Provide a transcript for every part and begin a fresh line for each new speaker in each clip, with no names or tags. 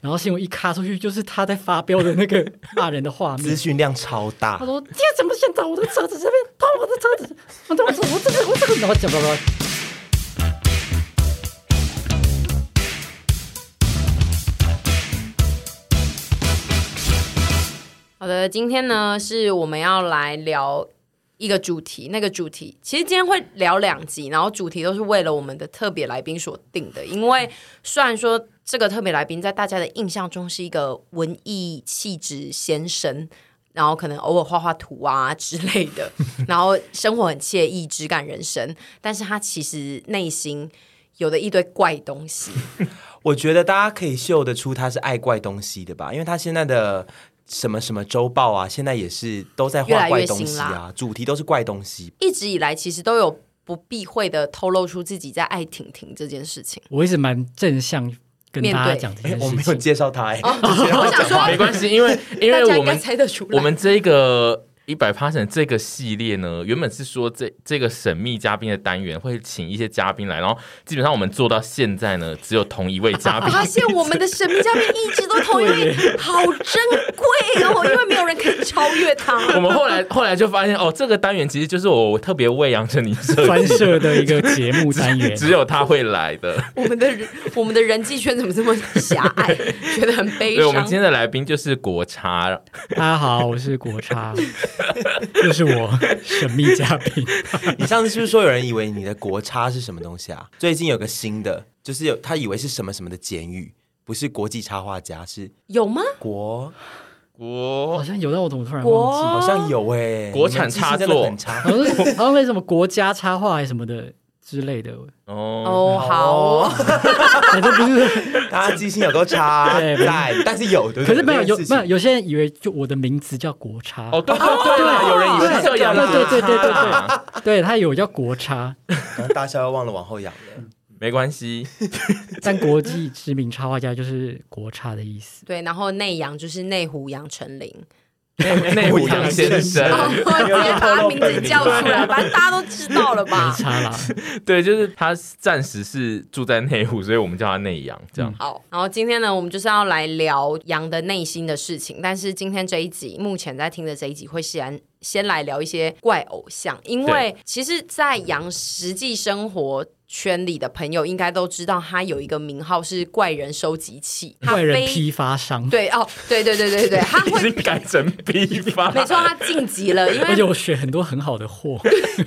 然后新闻一卡出去，就是他在发飙的那个 骂人的画
资
面。
讯量超大
他，说：“这怎么先打我的车子这边，碰我的车子，我这我这我这个我这个，然后讲叭叭。
好的，今天呢是我们要来聊一个主题，那个主题其实今天会聊两集，然后主题都是为了我们的特别来宾所定的，因为虽然说这个特别来宾在大家的印象中是一个文艺气质先生。 然后可能偶尔画画图啊之类的，然后生活很惬意，只感人生。但是他其实内心有的一堆怪东西，
我觉得大家可以嗅得出他是爱怪东西的吧，因为他现在的什么什么周报啊，现在也是都在
越
画
来
怪
越
东西
辛
啊
辣，
主题都是怪 东西。
一直以来其实都有不避讳的透露出自己在爱婷婷这件事情”。
我一直蛮正向跟
面
大家
对
讲这
哎
件
我没
事
有
情。
介绍他哎、
哦
我想说，
没关系，因为因
大家
为我
应该
们
猜得出来。
我们这个一百 passion 这个系列呢，原本是说这这个神秘嘉宾的单元会请一些嘉宾来，然后基本上我们做到现在呢，只有同一位嘉 宾。
发现我们的神秘嘉宾一直都同一位，好珍贵哦，因为没有人可以超越他。
我们后来后来就发现哦，这个单元其实就是我特别喂养着你设计
专设的一个节目单 元，
只有他会来的。
我们的人我们的人际圈怎么这么狭隘？觉得很悲
对，我们今
伤。
天的来宾就是国茶，
大家好，我是国差， 又是我神秘嘉宾。
你上次是不是说有 人以为你的国差是什么东西啊？最近有个新的，就是有他以为是什么什么的监狱，不是国际插画家，是
有吗？
国
好
国
像有，但我怎么突然忘记？
国
好像有哎、
国产插座
你们记性真的很差
好像是好像那什么国家插画还是什么的之类的，
哦，
哦，好哦，
反正不是。
哦大家记性有多差，
对
在，但是有的，
可是没有有
这件事
没
情
有有些人以为就我的名字叫国差，
哦，对对对啦，有人以为是这样啦，
对对对对对对对他有叫国差，
然后大笑又忘了往后仰了。
没关系，
但国际知名插画家就是国差的意 思。
对，然后内阳就是内湖杨丞琳，
内内湖杨先
哦
生，
我直接把他名字叫出来，反正大家都知道了
没
吧？
差啦，
对，就是他暂时是住在内湖，所以我们叫他内阳，这样。
好，然后今天呢，我们就是要来聊羊的内心的事情。但是今天这一集，目前在听的这一集，会先先来聊一些怪偶像，因为其实，在羊实际生活圈里的朋友，应该都知道他有一个名号是怪人收集器，他
怪人
非
批发商，
对哦，对对对对对，他
已
会
经改 成 B 方，
没错，他晋级了，因为
而且我选很多很好的 货，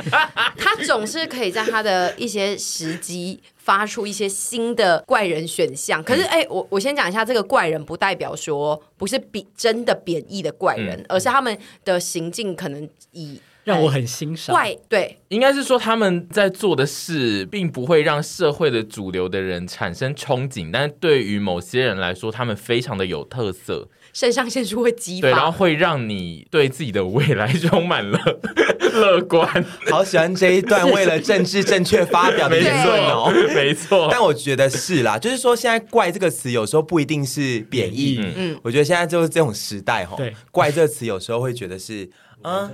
他总是可以在他的一些时机发出一些新的怪人选项。可是，哎、我我先讲一下，这个怪人不代表说不是贬真的贬义的怪人，而是他们的行径可能以
让我
呃
很欣赏。
怪对
应该是说他们在做的事，并不会让社会的主流的人产生憧憬，但是对于某些人来说，他们非常的有特色，
肾上腺素会激
对，然后
发。
会让你对自己的未来充满了 乐观，
好喜欢这一段为了政治正确发表的
没
言论
错
哦。，
没错。
但我觉得是啦，就是说现在“怪”这个词有时候不一定是贬义，嗯，我觉得现在就是这种时代哈
对，“
怪”这个词有时候会觉得是，啊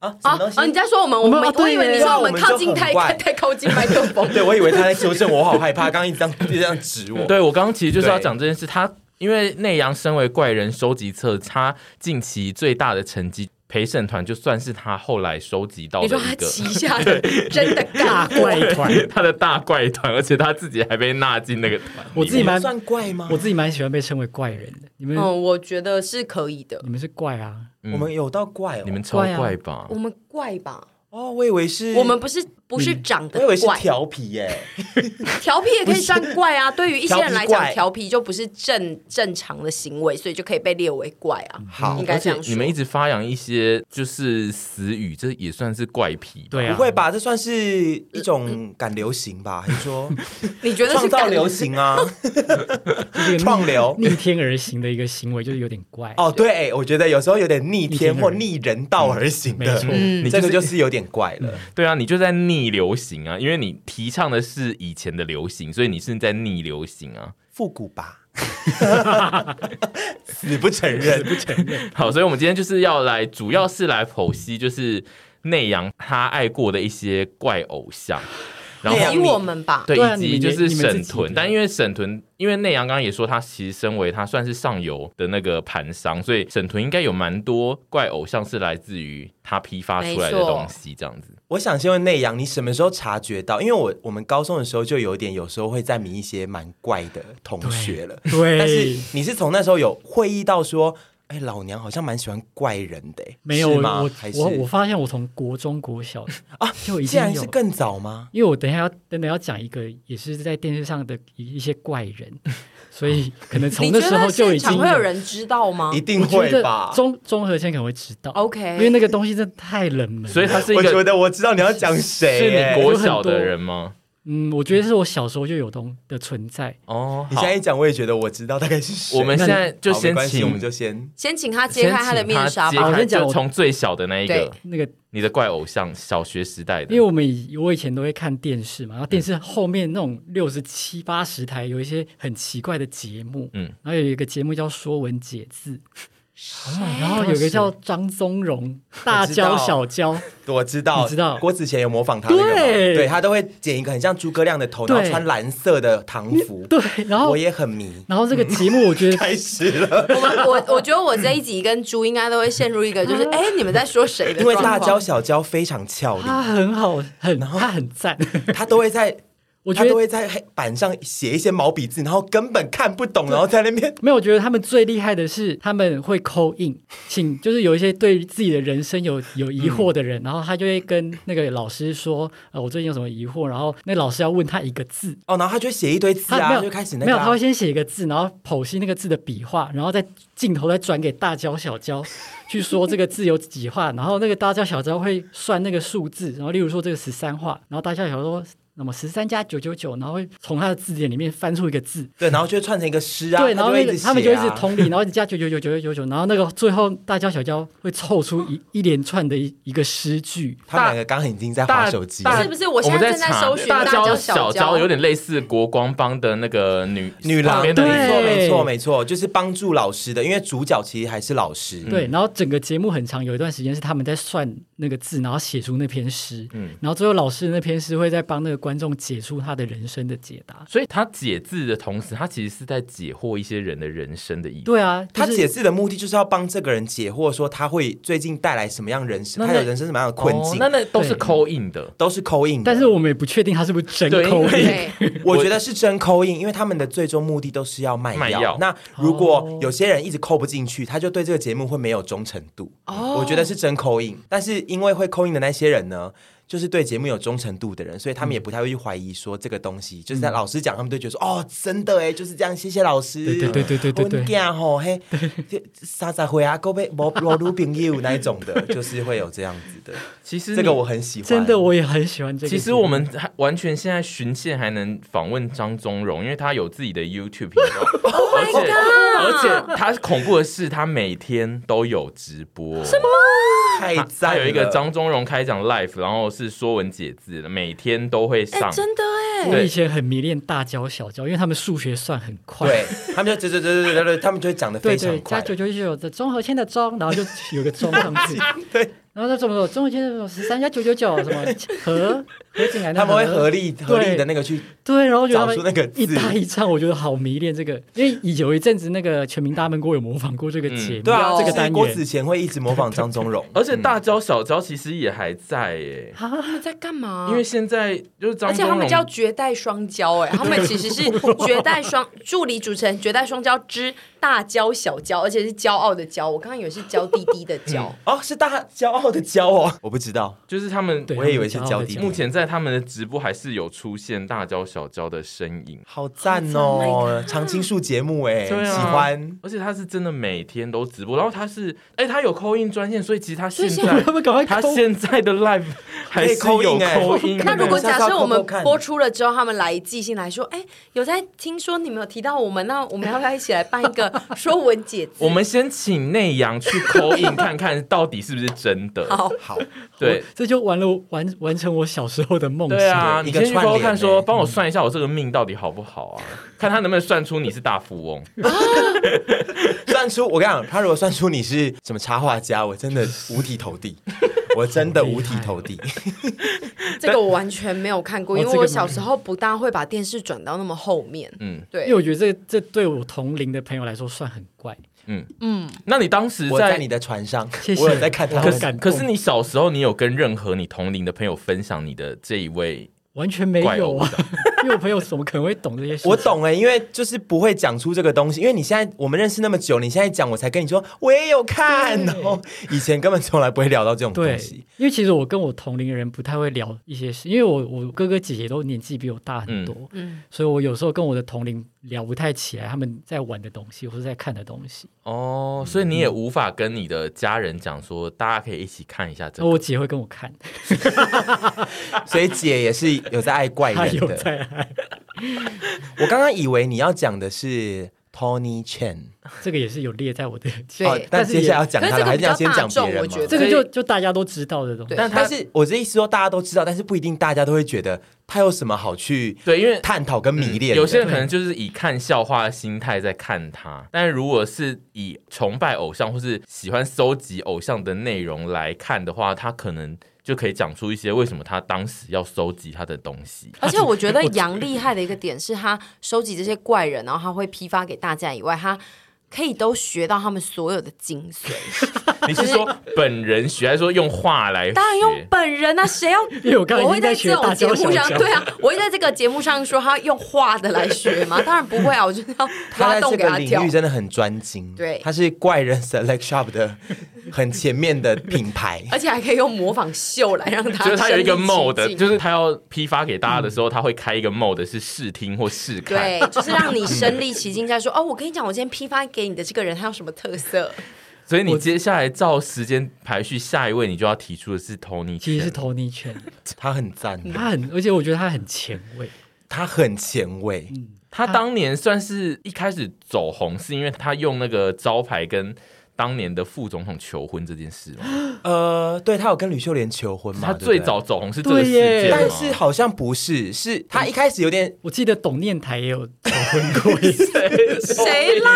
啊什
啊
么东西
啊！你在说我们，我
我们
们
啊
我
对
以为
耶
你说我们
对啊
靠近
我们就
太
很怪，
太靠近麦克风
对，我以为他在纠正我，我好害怕，刚刚一直这样一直这样指 我。
对我刚刚其实就是要
对
讲这件事，他因为内阳身为怪人收集册，他近期最大的成绩。陪审团就算是他后来收集到
你
的 一个
说他旗下的真的
大
尬
怪团，
他的大怪团，而且他自己还被纳进那个团里面。
我自己蛮
算怪吗？
我自己蛮喜欢被称为怪人的，你们
嗯，我觉得是可以的。
你们是怪啊，
嗯
我们有到怪哦，
你们超怪吧
我？们怪吧，
哦，我以为是
我们不是不是长
我
得
以为是
怪，
调皮耶，
调皮也可以算怪啊，对于一些人来
调皮
讲，
怪
调皮就不是正正常的行为，所以就可以被列为怪啊。
好
应该
而
这
且
样说。
你们一直发扬一些就是死语，这也算是怪癖。
对
不
啊，
会吧？这算是一种赶流行吧？还是 说
你觉嗯得是
创造
感
流行啊？
就是一个逆
创流
逆天而行的一个行为， 就是有点怪。
哦，对，我觉得有时候有点逆天或
逆
逆人道而行
嗯没
的
错，
嗯
你这个就是有点怪了。
对啊，你就在逆流行啊，因为你提倡的是以前的流行，所以你是在逆流行啊。
复古吧，死不承认，不承认。
好，所以我们今天就是要来，主要是来剖析就是内阳他爱过的一些怪偶像。然后
内
以
阳
我们吧，
对，
对啊
以
你
及
们
就
也
是
你们自
沈
己
屯，
的
但因为沈屯，因为内阳刚刚也说，他其实身为他算是上游的那个盘商，所以沈屯应该有蛮多怪偶像是来自于他批发出来的
没错
东西，这样子。
我想先问内阳，你什么时候察觉到？因为我我们高中的时候就有点，有时候会在迷一些蛮怪的同学了。
对
但是你是从那时候有会意到说，哎、老娘好像蛮喜欢怪人的、哎
没有
是
我
吗
我？
还是
我我发现我从国中国小
啊
就已
竟
经
然
有
是，更早吗？
因为我等一下要等等要讲一个也是在电视上的一一些怪人，所 以可能从
你
那
觉
时候
得
就
现
已经
场会有人知道吗
一定
我觉
会
得
吧。
综综合线可能会知道
OK
因为那个东西真的太冷门了，
所以他是一
我觉
个
得我知道你要讲
是
谁、
你
哎
国
有很
小
多
的人吗？
嗯，我觉得是我小时候就有东的存在。
哦，
你
好
现在一讲，我也觉得我知道大概是谁。
我们现在 就
好没
先
关系，我
请
们就先
先请他揭开他的面纱
先请他
吧。
我
揭开
先讲
就
我
从最小的那一个
对，
那个，
你的怪偶像，小学时代的，
因为我们以我以前都会看电视嘛，然后电视后面那种六十七八十台有一些很奇怪的节目，
嗯
嗯，然后有一个节目叫《说文解字》，啊
哎
然后有一个叫张宗荣，大娇小娇，
我知道，
你知道
郭子乾有模仿他那个嘛，
对
对他都会剪一个很像诸葛亮的头，然后
对
穿蓝色的唐服。
对，然后
我也很迷，
然后这个节目我觉得
开始了，
我们我我觉得我这一集跟猪应该都会陷入一个就是哎、你们在说谁 的
因
状
为
况？
大娇小娇非常俏
他
丽，
很好，很他很赞，
她都会在，
我觉
她都
得
会在黑板上写一些毛笔字，然后根本看不懂，然后在那边
没有，我觉得他们最厉害的是他们会扣印，请就是有一些对于自己的人生有有疑惑的
嗯
人，然后他就会跟那个老师说，呃，我最近有什么疑惑，然后那老师要问他一个字，
哦，然后她就写一堆字
他没
啊，
有
就开始那
没
个
有，他
啊
会先写一个字，然后剖析那个字的笔画，然后再镜头再转给大娇小娇去说这个字有几画，然后那个大娇小娇会算那个数字，然后例如说这个十三画，然后大娇小娇说那么十三加九九九，然后会从他的字典里面翻出一个字，
对，然后就串成一个诗啊，
对，然后
她
那
就会
个
一直
他们就一
写
直
啊
同理，然后一直加九九九九九九，然后那个最后大娇小娇会凑出一一连串的一一个诗句。
他们两个刚刚已经在划手机了，
大
是不是？我现
们
在正在
查
搜寻
大
娇
小
娇，
有点类似国光帮的那个女
女郎
旁边的
对
没
女
错没错没错，就是帮助老师的，因为主角其实还是老师。
对，然后整个节目很长，有一段时间是他们在算那个字，然后写出那篇诗，然后最后老师的那篇诗会在帮那个观众解出他的人生的解答。
所以他解字的同时，他其实是在解惑一些人的人生的意义。
对啊，就
他
是
解字的目的就是要帮这个人解惑，说他会最近带来什么样人生，
那
他
那
有人生什么样的困
哦
境，
那那都是
对
扣印的。
都是扣印。
但是我们也不确定他是不是真
对
口
因为
音。
对，
我觉得是真扣印，因为他们的最终目的都是要卖
卖药
药。那如果有些人一直扣不进去，他就对这个节目会没有忠诚度。
哦
我觉得是真扣印，但是因为会扣印的那些人呢，就是对节目有忠诚度的人，所以他们也不太会去怀疑说这个东西，就是在老师讲，他们都觉得说哦，真的哎，就是这样，谢谢老师。
对对对对对对对
我讲吼嘿，三十回啊，够被无无女朋友那一种的，就是会有这样子的。
其实
这个
你
我很喜欢，
真的，我也很喜欢这个节
其
目。
实我们还完全现在巡线还能访问张宗荣，因为他有自己的 YouTube 频道，而且而且他恐怖的是，他每天都有直播。什么？
太赞
他
了。
有一个张宗荣开讲 Live，然后是说文解字，每天都会
哎、
上。
真的哎、
我
对
以前很迷恋大娇小娇，因为他们数学算很快。
对他们就对对对对对对，他们就会讲的非
对
常
对，
快
加。九九九的综合签的综， 然后就有个综上去，
对，
然后再怎么说综合签的十三加九九九什么合合进来的，
他们会合力合力的那个去，
对，然后我觉得他
找出那个
们
字
一搭一唱，我觉得好迷恋这个，因为有一阵子那个《全民大闷锅》有模仿过这个节目，
对啊，
有
这个
就是
单
郭子
元。
乾会一直模仿张宗荣，
而且大娇小娇其实也还在耶，
啊
他们在干嘛？
因为现在就是张
嗯而且
宗
他
荣
们叫绝代双骄， 哎，他们其实是绝代双助理主持人绝代双骄之大娇小娇，而且是骄傲的骄。我刚刚以为是娇滴滴的娇，
哦，是大骄傲的骄哦，我不知道，
就是他们
对
我也以为是娇
他们
滴
骄傲的骄
目
目前
前在他们的直播还是有出现大娇小娇的身影。
好赞哦，常青树节目哎，喜
对啊
欢。
而且他是真的每天都直播，然后他是，哎、他有扣印专线，所以其实他现
所以现在他
在
们赶快
他
抠
现在的 live 还是
可以 call
有
in 欸
扣印。
那如果
下次要
假设我
偷偷
们
看
播出了之后，他们来寄信来说，哎，有在听说你们有提到我们，那我们要不要一起来办一个说文解字？
我们先请内阳去 扣印看看到底是不是真的。
好，
好，
对
这就完了，完完成我小时候的梦想。
对啊，
对
你
一个
先去
串
扣
联
看
欸
说，帮我算一下我这个命到底好不好啊？看他能不能算出你是大富翁。
算出我跟你讲，他如果算出你是什么插画家，我真的五体投地。我真的
好厉害
五体投地。
这个我完全没有看过，
哦
因为
这
我
个
小时候不大会把电视转到那么后面。
嗯
因
对
为，我觉得这这对我同龄的朋友来说算很怪。
嗯，
嗯，
那你当时
我
在
在你的船上，
谢谢
我有在看他
我
可
很
们。
感
是
动
可是你小时候，你有跟任何你同龄的朋友分享你的这一位
完全没
怪
有
偶
啊
像，
因为我朋友怎么可能会懂这些事情？
我懂哎、因为就是不会讲出这个东西，因为你现在我们认识那么久，你现在讲我才跟你说我也有看，然后以前根本从来不会聊到这种
对
东西。，
因为其实我跟我同龄人不太会聊一些事，因为我我哥哥姐姐都年纪比我大很多，
嗯
所以我有时候跟我的同龄聊不太起来他们在玩的东西或者在看的东西。
哦，所以你也无法跟你的家人讲说，大家可以一起看一下这
然后我
个。
姐会跟我看，
所以姐也是有在爱怪
她
人
有
的。
在爱，
我刚刚以为你要讲的是 Tony Chen，
这个也是有列在我的。
对
哦，但
但是也
接下来要讲
可是
他的，
这个
还是要
比较
先讲
大众
别人
我
吗
觉？得
这个
所
就
以
就大家都知道的东西
对，
但他
但是我的意思说，大家都知道，但是不一定大家都会觉得他有什么好去
对，因为
探讨跟迷
嗯
恋的。
有些人可能就是以看笑话的心态在看他，但如果是以崇拜偶像或是喜欢搜集偶像的内容来看的话，他可能就可以讲出一些为什么他当时要搜集他的东西。
而且我觉得杨厉害的一个点是他收集这些怪人，然后他会批发给大家以外，他可以都学到他们所有的精髓。
你是说本人学，还是说用话来学？
当然用本人啊，谁要？
因为我刚刚已
会
经
在
在
这
学
种
大
节
交
目
小
上，
交，
对啊，我会在这个节目上说他用画的来学吗？当然不会啊，我就是要
他
挖
在
洞
这
给
个
他跳
领域。真的很专精，
对
他是怪人 Select Shop 的很前面的品
。
牌
而且还可以用模仿秀来让他
就是他有一个
身临其
mode，
境
就是他要批发给大家的时候，他会开一个 mode 是试听或试看。
对，就是让你身临其境，在说哦，我跟你讲，我今天批发给你的这个人他有什么特色？
所以你接下来照时间排序，下一位你就要提出的是 Tony，
其实是
Chen
Tony 圈，
他很赞的，
他很，而且我觉得他很前卫。
他很前卫，
嗯
他当年算是一开始走红，是因为他用那个招牌跟当年的副总统求婚这件事 吗？
呃，对他有跟吕秀莲求婚嘛？
他
对不
最
对
早，走红是这个事
对耶
件吗，
但是好像不是，是他一开始有点
我记得董念台也 有讨论过一次，
谁啦？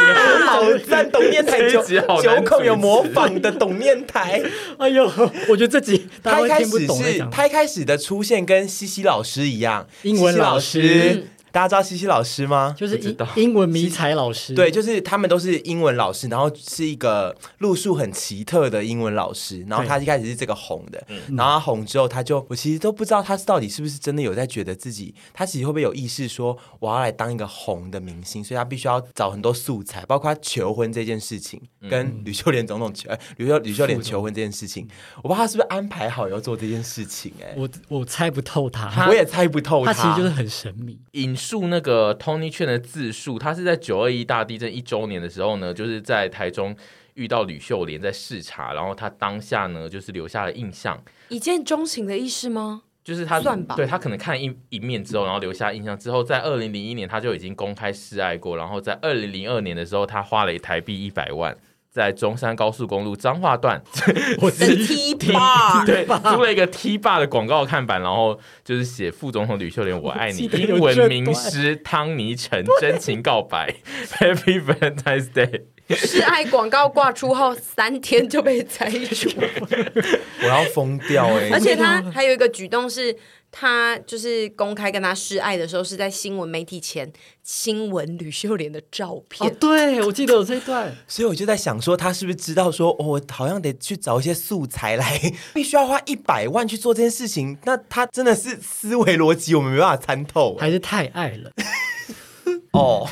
好赞，董念台
这
九
一集好难
九孔有
主持
模仿的董 念台，
哎呦，我觉得这集大
他
家
一
会
开
听不
始
懂在
是
讲什么。
他一开始的出现跟西西老师一样，
英文
西西老
老师
师，大家知道西西老师吗？
就是
不知
英
道
英文迷彩老师，
对，就是他们都是英文老师，然后是一个路数很奇特的英文老师，然后他一开始是这个红的，
嗯
然后他红之后，他就我其实都不知道他到底是不是真的有在觉得自己，他其实会不会有意识说我要来当一个红的明星，所以他必须要找很多素材，包括他求婚这件事情，
嗯
跟吕秀莲总统求，呃吕秀吕秀莲求婚这件事情，我不知道他是不是安排好要做这件事情、哎，
我我猜不透他，
我也猜不透
他其实就是很神秘。
引述那个 Tony Chen 的自述，他是在九二一大地震一周年的时候呢，就是在台中遇到吕秀莲在视察，然后他当下呢就是留下了印象，
一见钟情的意思吗？
就是他
算吧
对他可能看一一面之后，然后留下印象之后，在二零零一年他就已经公开示爱过，然后在二零零二年的时候，他花了台币一百万。在中山高速公路彰化段，
我
是
自己
T
T-
吧？
对，租了一个 T 霸的广告看板，然后就是写副总统吕秀莲“我爱你
我记”，得有
英文
这
名师汤尼陈真情告白，Happy Valentine's Day。
示爱广告挂出后三天就被拆除，
我要疯掉哎、
而且他还有一个举动是，他就是公开跟他示爱的时候是在新闻媒体前亲吻吕秀莲的照
哦
片，，
对，我记得有这一段，
所以我就在想说，他是不是知道说，哦我好像得去找一些素材来， 必须要花一百万去做这件事情？那他真的是思维逻辑我们没办法参透
还是太爱了。
哦。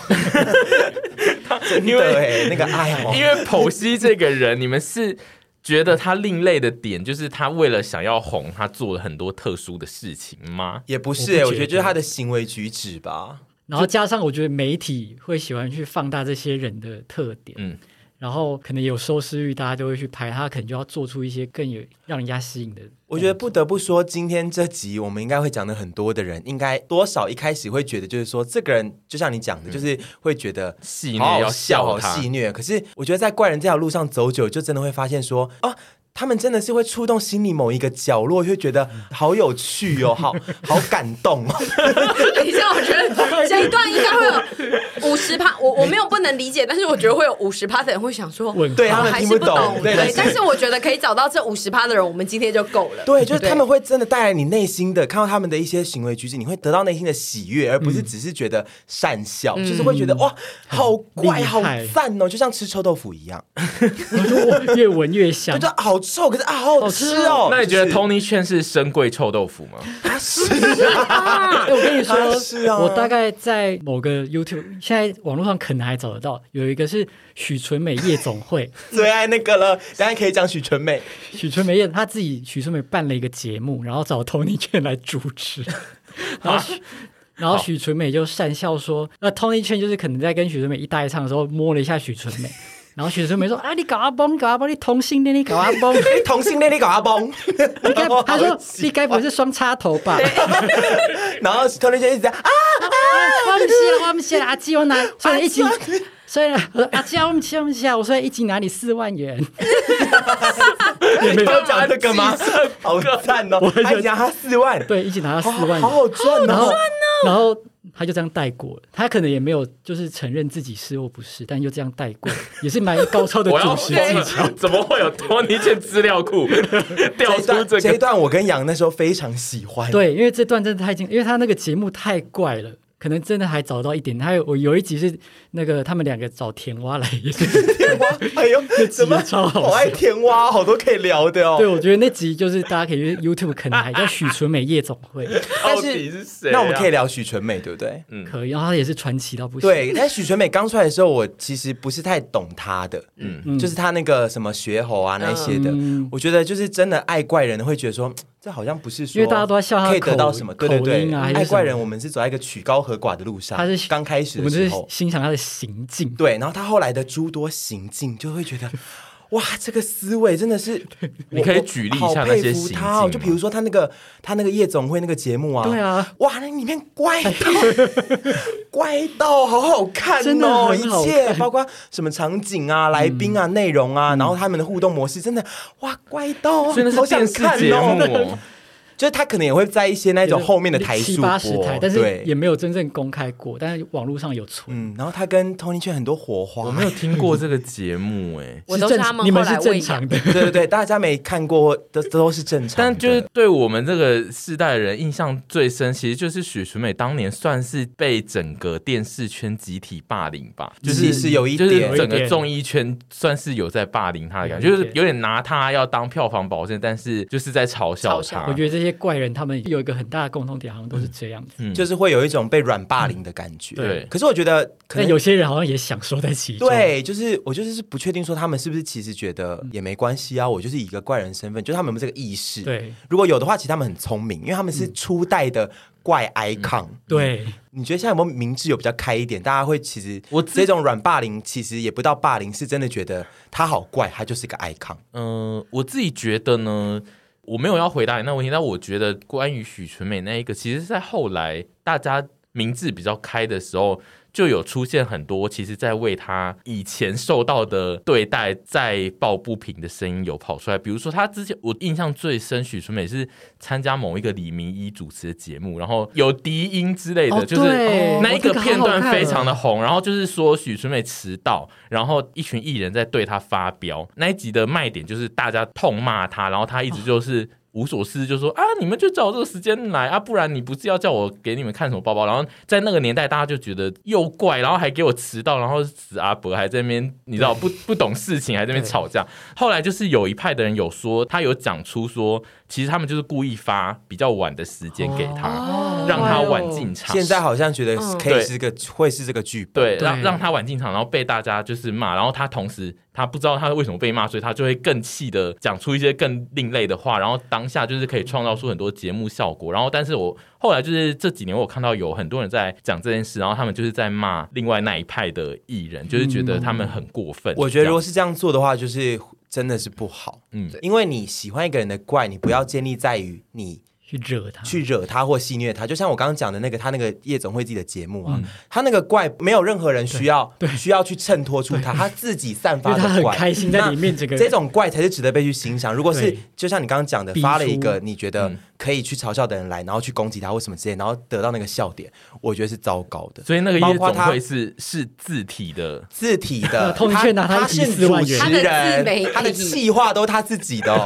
真
因
的
为
哎，那个爱哦，
因为剖析这个人，你们是觉得他另类的点，就是他为了想要红，他做了很多特殊的事情吗？
也不是
我不
哎，
觉
我觉得就是他的行为举止吧。
然后加上我觉得媒体会喜欢去放大这些人的特点，
嗯
然后可能有收视欲，大家就会去拍他，可能就要做出一些更有让人家吸引的。
我觉得不得不说，今天这集我们应该会讲的很多的人，应
嗯
该多少一开始会觉得，就是说这个人就像你讲的，就是会觉得
戏虐
好好
要
笑，
笑
好
他
戏虐。可是我觉得在怪人这条路上走久，就真的会发现说啊。他们真的是会触动心里某一个角落，就会觉得好有趣 哦，好好感动哦。
等一下，我觉得 这一段应该会有五十趴，我我没有不能理解，但是我觉得会有五十趴的人会想说，
问
对
我
他们
还
听
是
不懂对
对
但是，
但是我觉得可以找到这五十趴的人，我们今天就够了。
对，就是他们会真的带来你内心的，看到他们的一些行为举止，你会得到内心的喜悦，而不
嗯
是只是觉得善笑，就是会觉得哇，好怪，
厉
好
害
赞哦，就像吃臭豆腐一样，
我就我越闻越
就
香
觉。得好臭，可是啊，好好
好
吃
吃
哦
哦。
那你觉得
就是
Tony 圈是深贵臭豆腐 吗？
他是
哎、我跟你
啊
说，
是啊
我大概在某个 YouTube，现在网络上可能还找得到，有一个是许纯美夜总会，
最爱那个了？大家可以讲许纯美，
许纯美夜她自己许纯美办了一个节目，然后找 Tony 圈来主 持，然后许。然后许纯美就讪笑说：“那 Tony 圈就是可能在跟许纯美一搭一唱的时候摸了一下许纯 美，然后许纯美说：‘啊，你搞阿崩，搞阿崩，你同性 恋，你搞阿 崩，
哎同性恋你搞阿崩，
你该
好
他说
奇
你该不会是双插头吧？’ 啊
然后 Tony 就一直在啊，
我唔是啦，我唔是啦，阿基我拿，虽然一斤，虽然我说阿基啊我唔是我唔是啊，我说一斤拿你四万 元，
你没有讲这个吗？好赞哦
我，还想
还讲他四万，
对，一斤拿他
好
四万
好
元，
好赚
然后
哦。
然后他就这样带过了，他可能也没有就是承认自己是或不是，但就这样带过了，也是蛮高超 的
我
主
要
持
疯
技
了
巧。！
怎么会有 Tony 圈资料库
这
调
一
出
段
这
这一
个？
段我跟杨那时候非常喜欢，
对，因为这段真的太精，因为他那个节目太怪了。可能真的还找到一点，还有我有一集是那个他们两个找甜蛙来，也是
甜蛙，哎呦，怎么
超好笑
我爱甜蛙，好多可以聊的
对，
哦。
我觉得那集就是大家可以去 YouTube 可能还叫许纯美夜总会，
但
到底是谁啊？
那我们可以聊许纯美，对不对？
可以，然后他也是传奇到不行。
嗯对，但许纯美刚出来的时候，我其实不是太懂她的，嗯，就是她那个什么学猴啊那些的，
嗯
我觉得就是真的爱怪人的会觉得说，嘖这好像不是说
因为大家都在笑她的
可以得到什么，对对
口
对，
音啊还是
爱怪
什
人，
么
我们是走在一个曲高和寡的路上，
她是
刚开始
我
的
们
时
就是
候，
欣赏他的行径，
对，然后她后来的诸多行径，就会觉 得。哇，这个思维真的是，
你
我
可以
我
举例一
好
下那
佩
些
服
行
她哦
径
就比
吗
如说她那个她那个夜总会那个节目啊，
对啊，
哇，那里面乖到 乖到好好看
真的
哦，
很
一
好
切包括什么场景啊、来宾
嗯
啊、内容啊，然后他们的互动模式，真的哇，乖到哦
所以那
好
是
想
电视
看
节目
哦。
哦。
就是他可能也会在一些那种后面的台
七
数
八十
播
台，但是也
对，
没有真正公开过，但是网络上有存。
嗯，然后他跟 Tony 圈很多火
我
花
没。有听过这个节目 哎，
我都是
正
他们
你
后
们是
来喂
正
养
常。的，
对对对，大家没看过都都是正常的，嗯
但就是对我们这个世代的人印象最深，其实就是许纯美当年算是被整个电视圈集体霸凌吧，就
其
是
实有一
就是
点
整个综艺圈算是有在霸凌她的感觉，
有一
就是
点
有点拿她要当票房保证，但是就是在嘲笑
嘲笑
她
我。觉得这些怪人他们有一个很大的共同点，好像都是这样子。
就是会有一种被软霸凌的感觉。
对
可是我觉得可
但
能
有些人好像也享受在其中。，
对，就是我就是不确定说他们是不是其实觉得也没关系啊，我就是以一个怪人身份，就是他们有没有这个意识？，
对
如果有的话，其实他们很聪明，因为他们是初代的怪 icon。
对，
你觉得现在有没有明智有比较开一点？大家会其实
我
这种软霸凌其实也不到霸凌，是真的觉得他好怪，他就是一个 icon。
嗯、我自己觉得呢，我没有要回答你那个问题，但我觉得关于许纯美那一个，其实是在后来大家明智比较开的时候，就有出现很多，其实在为她以前受到的对待在抱不平的声音有跑出来。比如说，她之前我印象最深，许纯美是参加某一个李明一主持的节目，然后有低音之类的，
哦
就是
对
那一个
哦这个好好
片段非常
看哦
的的红，然后就是说许纯美迟到，然后一群艺人在对她发飙。那一集的卖点就是大家痛骂她，然后她一直就是。无所事事就说啊，你们就找这个时间来啊，不然你不是要叫我给你们看什么包包？然后在那个年代，大家就觉得又怪，然后还给我迟到，然后死阿伯还在那边，你知道不 不懂事情，还在那边
对
吵架。后来就是有一派的人有说，他有讲出说，其实他们就是故意发比较晚的时间给他，
哦
让他晚进场。
现在好像觉得
嗯
可以
对
是个、会是这个剧本。
对，
对
让让他晚进场，然后被大家就是骂，然后他同时他不知道他为什么被骂，所以他就会更气的讲出一些更另类的话，然后当下就是可以创造出很多节目效果。然后，但是我后来就是这几年我有看到有很多人在讲这件事，然后他们就是在骂另外那一派的艺人，就是觉得他们很过分。
我觉得如果
这样
是这样做的话，就是真的是不好。
嗯
因为你喜欢一个人的怪，你不要建立在于你
去惹他，
去惹他或戏虐他，就像我刚刚讲的那个他那个夜总会自己的节目
嗯
啊，他那个怪没有任何人需要需要去衬托出他，他自己散
因
发
为他
的
很
怪。
开心在里面，整个
这种怪才是值得被去欣赏。如果是
对
就像你刚刚讲的，
逼出嗯
发了一个你觉得可以去嘲笑的人来，然后去攻击他或什么之类，然后得到那个笑点，我觉得是糟糕的。
所以那个
包
夜
括
总
他
会是是字体的，
字体的
通讯拿他
他
一集
是
4万
主
元
持
他的自媒
人
体，
他的气话都他自 己的、哦，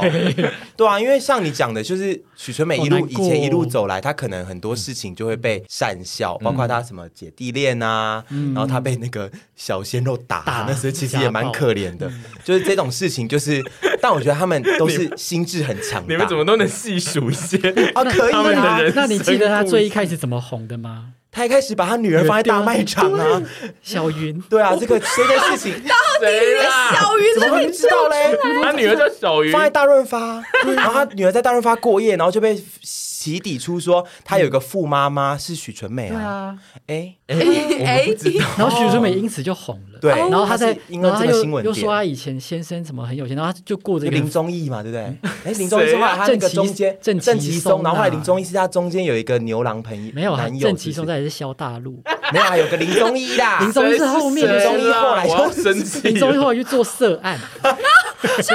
对啊，因为像你讲的，就是许纯美一
好
路
难
以
过
前一路走来，她可能很多事情就会被善笑，
嗯
包括她什么姐弟恋啊，然后她被那个小鲜肉打，
打
那时候其实也蛮
家暴
可怜的， 就是这种事情，就是，但我觉得他们都是心智很强大。
你们怎么都能细数一些？
啊？可以
他们的
啊
人，
那你记
生
得他
故
最
事
一开始怎么红的吗？
他一开始把他女儿放在大卖场啊，
小云，
对啊，这个这件事 情
谁啦？
小鱼
怎么会知道嘞？
他女儿叫小鱼，
放在大润发，然后他女儿在大润发过夜，然后就被洗底出说他有一个富妈妈是许纯美
对
啊，
啊，
哎、
哎，
然后许纯美因此就红了。
对，
然后他在
是，因为
哦然后
这
他
个
又
新闻
又说
点。
他以前先生什么很有钱，然后他就过着一个啊
林宗义嘛，对不对？ 哎，林宗义是后来他那
郑
个
其
中间
郑其
其
松
松，然后后来
啊
林宗义是他中间有一个牛郎朋友，
没有啊
男，友
郑其松
是
在也是萧大陆，
不是没有啊，有个林宗义啦，
林宗义是后面
谁
的
啦
林宗义后来就
我要生气了，
林宗义后来去做色案，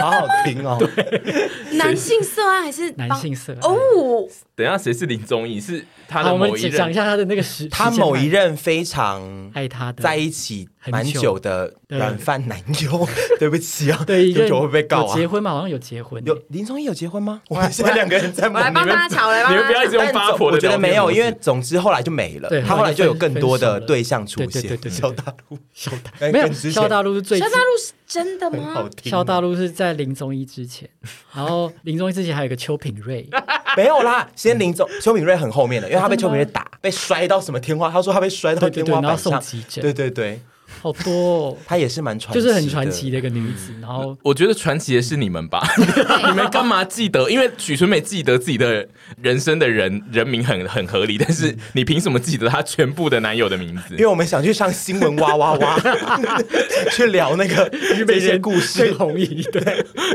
好好听 哦。
男性色爱还是
男
帮
性色案。
哦？
等一下谁是林宗义？是他
好，
的
我们
某一
只讲一
任。
下他的那个时，
他
时间
某一
段
任非常
爱他的
在一起
很
蛮
久
久的软饭男友， 对不起啊，
对一个
舅舅会被告
有
啊。
结婚嘛，好像有结婚欸，
有林宗义有结婚吗？我们现在两个人在
我来
忙。
帮大家瞧，我来帮
你们
大
不要
家
一
瞧
直用八婆的
我觉
聊
得
天
没有，
模式
因为总之后来就没了
对。
他后来就有更多的对象出
对对
现
对，对
萧大陆，
萧大
跟
没有
跟之前
萧大陆是最
萧大陆是真的
很好
吗？
听。
萧大陆是在林宗一之前，然后林宗一之前还有一个邱品瑞，
没有啦，先林总邱敏瑞很后面的，因为他被邱敏瑞打，被摔到什么天花，他说他被摔到
对对
天
对，
花
然后
板
送
上。
急诊，
对对对，
好多哦，
他也是蛮传奇
就
的，
是很传奇的一个女子，然后
我觉得传奇的是你们吧，你们干嘛记得？因为许纯美记得自己的人生的人人名很很合理，但是你凭什么记得她全部的男友的名字
因为？我们想去上新闻哇哇哇，去聊那个 这些故事
跟。红姨 对，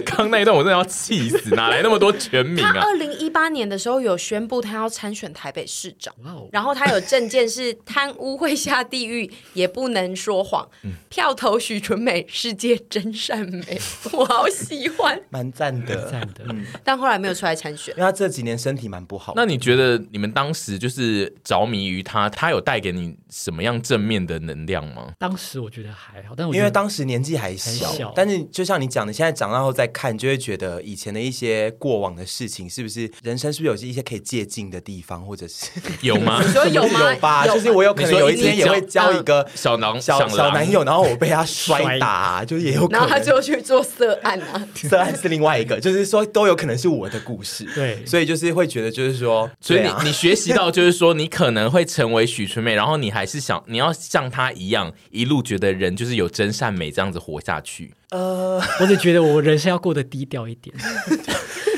刚刚那一段我真的要气死，哪来那么多全名
他
啊？
二零一八年的时候有宣布他要参选台北市长，
哇哦，
然后他有证件是贪污会下地狱，也不能说谎。票投许纯美，世界真善美，我好喜欢。
蛮赞的，
赞的
嗯，
但后来没有出来参选
因为，他这几年身体蛮不好的。
那你觉得你们当时就是着迷于他，他有带给你什么样正面的能量吗？
当时我觉得还好，但我觉
因
得
为当时年纪还小，
还小
但是就像你讲的，现在长大后再看，就会觉得以前的一些过往的事情，是不是人生是不是有一些可以借鉴的地方，或者 是
有吗？
你说有吗？
有吧？就是我有可能
你说
有一
一直嗯
天也会
交
交一个
小狼
小
小
小
狼
男友，然后我被他摔
摔
打、就是也有可能。
然后他就去做色案啊。
这案是另外 一个，就是说都有可能是我的故事。
对
所以就是会觉得，就是说，
所以
对
你、
啊
你学习到就是说，你可能会成为许纯美，然后你还是想你要像她一样，一路觉得人就是有真善美这样子活下去。
呃，
我只觉得我人生要过得低调一 点，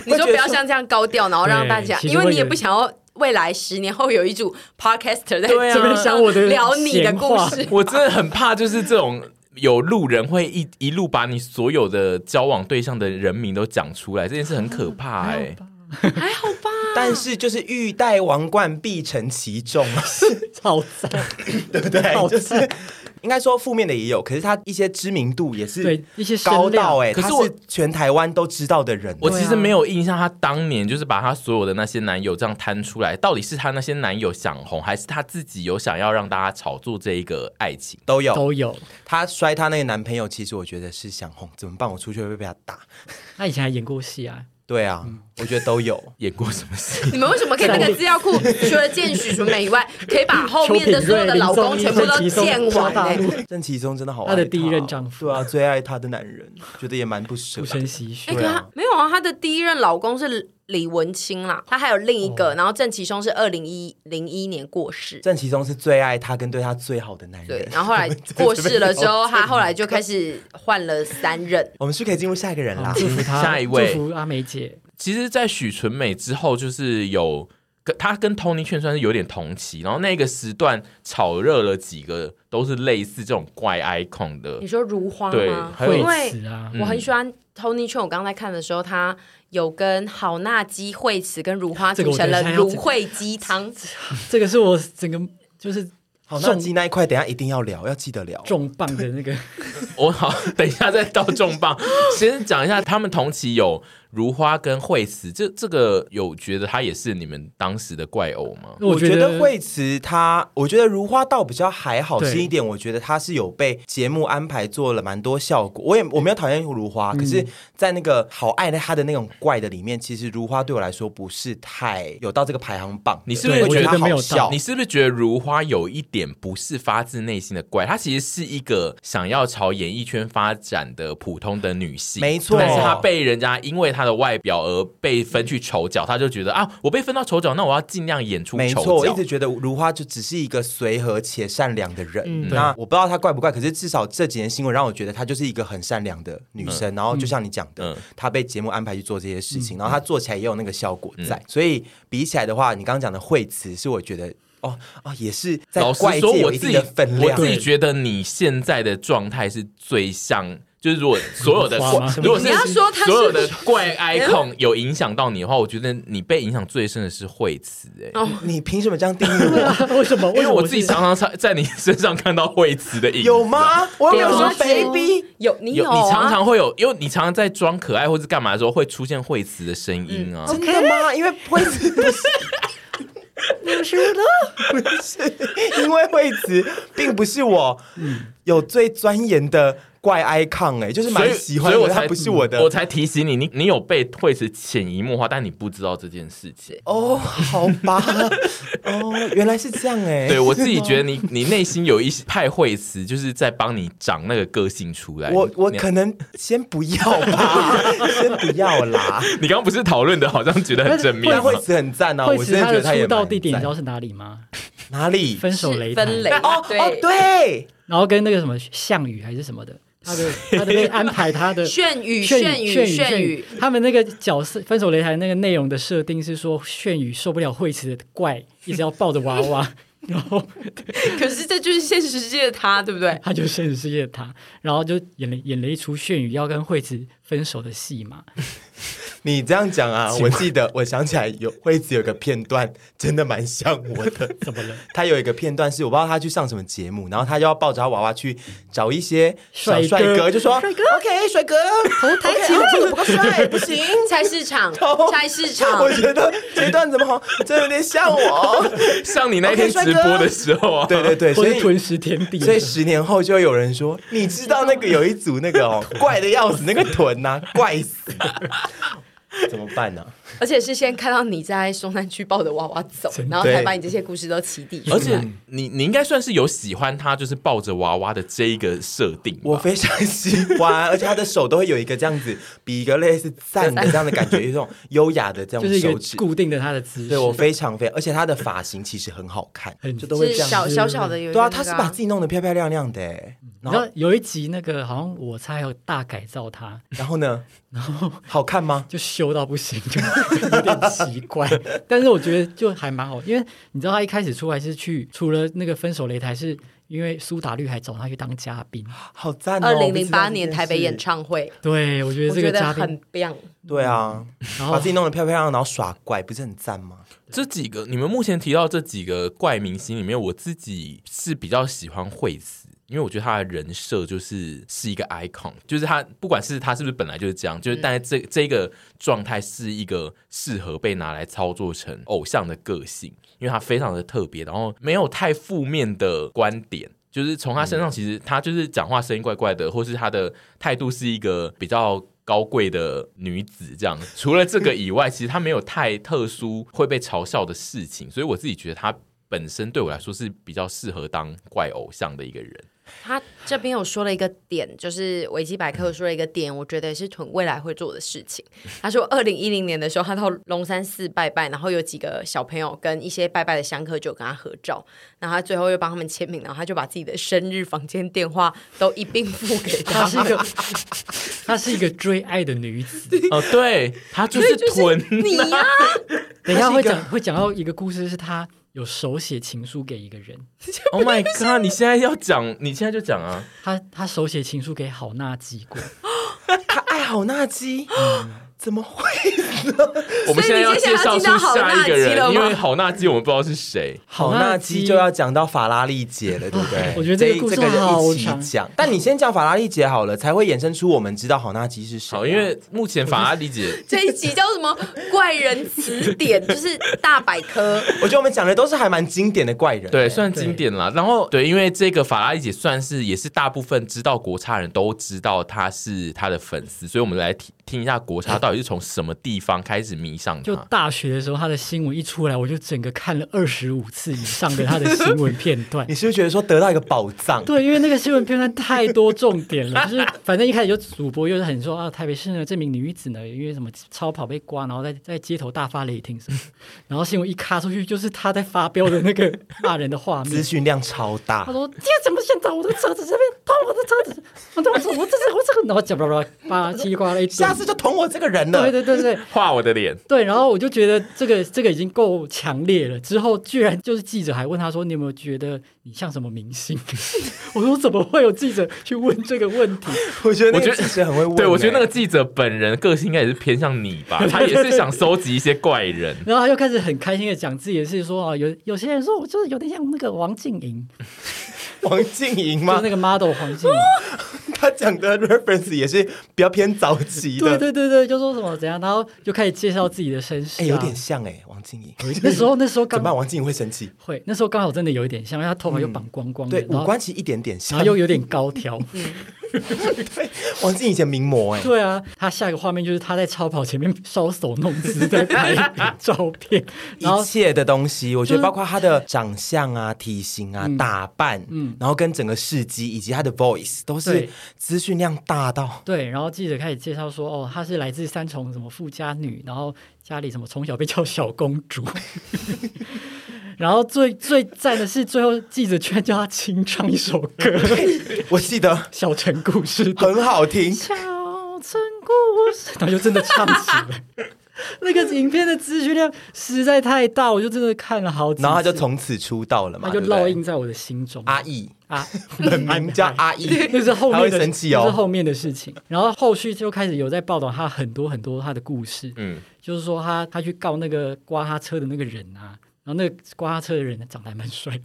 你说不要像这样高调，然后让大家，
对其实
因
会
为你也
有
不想要未来十年后有一组 podcaster 在
对啊
这边想我的
聊你的
闲
故
话
事。
我真的很怕，就是这种有路人会一一路把你所有的交往对象的人名都讲出来，这件事很可怕哎、
还好吧，
但是就是欲戴王冠，必承其重。啊
超赞，
对不 对？
好
就是应该说负面的也有，可是他一些知名度也是
对一些声
高到
量
哎、欸，
可是
他
我
是全台湾都知道的人。
我
对
其
啊
实没有印象，她当年就是把她所有的那些男友这样摊出来，到底是她那些男友想红，还是她自己有想要让大家炒作这一个爱情？
都有，
都有。
她摔她那个男朋友，其实我觉得是想红，怎么办？我出去会不会被他打。
他以前还演过戏啊，
对啊，我觉得都 有。
演过什么戏？
你们为什么可以那个资料库除了见许纯美 以外，可以把后面的所有的老公全部都见 完、
啊
欸？
郑其松真的好爱
她哎的第一任丈夫
对啊，最爱她的男人，觉得也蛮不舍
不。生唏嘘
哎、
对
可
啊
他没有啊，她的第一任老公是李文清啦，她还有另一个，
哦
然后郑其松是二零一零一年 过世，
郑其松是最爱她跟对她最好的男
对
人，。
然后后来过世了之后，她后来就开始换了三任，
我们是不是可以进入下一个人
好
啦。
祝福他，
下一位
祝福阿梅姐，
其实，在许纯美之后，就是有跟他跟 Tony 劝算是有点同期，然后那个时段炒热了几个都是类似这种怪 icon 的
你，说如花
对
吗？
还有
惠
因为
子啊，
嗯
我很喜欢 Tony 劝我刚才看的时候，他有跟好纳基惠子跟如花
这个
组
我
成
等
了
一下要
芦
讲
荟 鸡汤。
这个是我整个就是
好，那
重
鸡那一块，等一下一定要聊，要记得聊。哦
重磅的那 个，
我好，等一下再到重磅。先讲一下，他们同期有如花跟惠子，这这个有觉得他也是你们当时的怪偶吗？
我
觉
得惠慈她，我觉得如花倒比较还好，
对
是一点，我觉得她是有被节目安排做了蛮多效果。我也我没有讨厌如花，可是，在那个好爱的她的那种怪的里面，其实如花对我来说不是太有到这个排行榜的。
你是不是
我觉
觉得
她
没有
好
到
笑？
你是不是觉得如花有一点不是发自内心的怪？她其实是一个想要朝演艺圈发展的普通的女性，
没错
但是她被人家因为她的外表而被分去丑角，她就觉得啊，我被分到丑角，那我要尽量演出
没
丑
错，我一
角
直。觉得如花就只是一个随和且善良的人。
嗯
那我不知道她怪不怪，可是至少这几年新闻让我觉得她就是一个很善良的女生。然后就像你讲的，
嗯
她被节目安排去做这些事情，然后她做起来也有那个效果
嗯
在。所以比起来的话，你刚刚讲的惠词是我觉得。哦哦，也是在
老实
怪
说，
界
我
有一
自
定
己
的分
我
量
自。己觉得你现在的状态是最像。就是如果所有 的
花吗，
如果是
你要说她是
所有的 怪 icon 有影响到你的话，我觉得你被影响最深的是惠慈、哎、
你凭什么这样定义 我？
为什么？
因为
什么
我自己
是
常常在在你身上看到惠慈的影子，
有？吗？我有没有
有
说
啊
baby？
有你
有，
啊？
你常常会有，因为你常常在装可爱或是干嘛的时候，会出现惠慈的声音啊。
真的吗？因为惠子不是，不是的，不是， 因为惠子并不是我有最钻研的怪 icon 哎、就是
所以
蛮喜欢
所以我
的，
才
它不是我的
我。才提醒你，你你有被惠慈潜移默化，但你不知道这件事情。
哦，好吧，哦，原来是这样哎、
对我自己觉得你， 你内心有一些派惠慈，就是在帮你长那个个性出来。
我我
你
可能先不要 吧，先不要啦。
你刚刚不是讨论的，好像觉得很正面
但
吗
惠？子很赞哦，
惠
我
子
真的
她
觉得
的
她
出
也蛮
道地点你知
赞
道是哪里吗？
哪里？
分手
是
擂台
分雷
哦哦，对，
然后跟那个什么项羽还是什么的，他 的他的被安排他
呃
的
炫宇
炫
宇
炫
炫
炫
宇，
他们那个角色分手擂台那个内容的设定是说炫宇受不了惠子的怪，一直要抱着娃娃， 然后
可是这就是现实世界的他，对不 对？
他就现实世界的他，然后就演了演了一出炫宇要跟惠子分手的戏嘛，
你这样讲啊，我记得，我想起来有惠子有个片段，真的蛮像我的。
怎么了？
他有一个片段是我不知道他去上什么节目，然后他就要抱着他娃娃去找一些小帅
帅
哥，
哥
就说 OK 帅哥，头抬起，这个不够帅，不行。
菜市场
偷，
菜市场
我，觉得这一段怎么好，真有点像我。
像你那天
OK，帅哥
直播的时候啊，
对对对，
或
哎所
是
以
吞食天地的？
所以十年后就会有人说，你知道那个有一组那个哦，怪的要死，那个臀呐、怪死，怎么办呢、
而且是先看到你在松山区抱着娃娃走，然后才把你这些故事都起底出来。
而且你你应该算是有喜欢他，就是抱着娃娃的这一个设定吧。
我非常喜欢，而且他的手都会有一个这样子，比一个类似赞的这样的感 觉，有一种优雅的这
就是
种
一个
手指。
固定的他的姿势，
对我非常非常，而且他的发型其实很好看，
很
就都会
是
这样
小
子。
小小的有一个
对啊，
那个
他是把自己弄得漂漂亮亮的欸，
你
然
知
后
道有一集那个好像我猜有大改造他，
然后呢？然后好看吗？
就修到不行，就 有点奇怪。但是我觉得就还蛮好，因为你知道他一开始出来是去除了那个分手擂台，是因为苏打绿还找他去当嘉宾。
好赞哦！
二零零八
我不知道这件
年
事
台北演，唱会，
对，我觉得
我
这
觉
个
得
嘉
很
宾，
棒。
对啊，
然
把
后
自己弄得漂漂亮，亮，然后耍怪，不是很赞吗？
这几个你们目前提到这几个怪明星里面，我自己是比较喜欢惠子。因为我觉得他的人设就是是一个 icon，就是他不管是他是不是本来就是这样，就是但是这这个状态是一个适合被拿来操作成偶像的个性，因为他非常的特别，然后没有太负面的观点。就是从他身
嗯
上，其实他就是讲话声音怪怪的，或是他的态度是一个比较高贵的女子这样。除了这个以外，其实他没有太特殊会被嘲笑的事情，所以我自己觉得他本身对我来说是比较适合当怪偶像的一 个人。
他这边有说了一个点，就是维基百科说了一个点，我觉得也是屯未来会做的事情。他说，二零一零年的时候，他到龙山寺拜拜，然后有几个小朋友跟一些拜拜的香客就跟他合照，然后他最后又帮他们签名，然后他就把自己的生日、房间、电话都一并付给他
她是一
们。
个，她是一个追爱的女子，
哦，对，他就
所
是
以就是
臀，
你呀、
等一下
它是
会
一个
讲会讲到一个故事，是他有手写情书给一个人，
Oh my god！你现在要讲，你现在就讲啊！
他他手写情书给好娜寄过，
他爱好纳基，怎么会？
我们现在介绍
所以
出下一个
你接下来要进到好纳基
人，
了吗
因为好纳基我们不知道是谁。
好纳基就要讲到法拉利姐了，对不对
啊？我觉得这个
一
故事
这个就一
好
起
长
讲，但你先讲法拉利姐好了，才会衍生出我们知道好纳基是谁啊。
好，因为目前法拉利姐
这一集叫什么？怪人词典，就是大百科。
我觉得我们讲的都是还蛮经典的怪人。
对算经典啦。然后对，因为这个法拉利姐算是也是大部分知道国差人都知道她是她的粉丝，所以我们来听听一下国差到底是从什么地方开始迷上
就
啊
她。
大学的时候，他的新闻一出来，我就整个看了二十五次以上的他的新闻片段
你。是不是觉得说得到一个宝藏？
对，因为那个新闻片段太多重点 了，就是反正一开始就主播又是很说啊，台北市呢这名女子呢，因为什么超跑被刮，然后在在街头大发雷霆什么， 然后新闻一卡出去，就是他在发飙的那个骂人的画面
资。讯量超大
他，说：“这怎么现在我的车子这边碰我的车子，我的我这我这我这个，然后讲巴拉巴拉叽里呱啦一堆
下。次就捅我这个人
对
了。
对对对，
画我的脸，
对，然后我就觉得这个这个已经够强烈了。之后居然就是记者还问他说：“你有没有觉得你像什么明星？” 我说：“怎么会有记者去问这个问题
我觉得那
我觉
个
得
记者很会问欸。
对我觉得那个记者本人个性应该也是偏向你吧，他也是想收集一些怪人？”。
然后他又开始很开心的讲自己的事，说：“啊，有有些人说我就是有点像那个王静莹，
王静莹
就是
吗
那？个 model 黄静莹。
他讲的 reference 也是比较偏早期
对
的，
对对对，就说什么怎样，然后就开始介绍自己的身世、
哎，
啊。
有点像哎，王静莹。
那时候那时候
怎
刚
么办？王静莹会生气？
会，那时候刚好真的有一点像，因为他头发又绑光光的，
对，
然
五
后
官其实一点点
然
像
后。又有点高挑。
王静莹以前名模哎，
对啊，他下一个画面就是他在超跑前面搔首弄姿，在拍照片， 然后
一切的东西，我觉
就是
得包括他的长相啊、体型啊、打扮，
嗯
然后跟整个事迹以及他的 voice 都是
对
资讯量大到。
对，然后记者开始介绍说，哦，她是来自三重什么富家女，然后家里什么从小被叫小公主， 然后最最赞的是最后记者居然叫她清唱一首 歌《
我记得
小城故事》的
很 好听，
小城故事， 然后就真的唱起来。 那个影片的资讯量实在太大，我就真的看了好几次，
然后他就从此出道了嘛，
他就
对不对
烙印在我的心中。
阿义，
啊，
本名叫阿 义，
那是后面
他
的，
会生气哦
那是后面的事情。然后后续就开始有在报道他很多很多他的故事，
嗯，
就是说他他去告那个刮他车的那个人啊，然后那个刮他车的人长得还蛮帅的，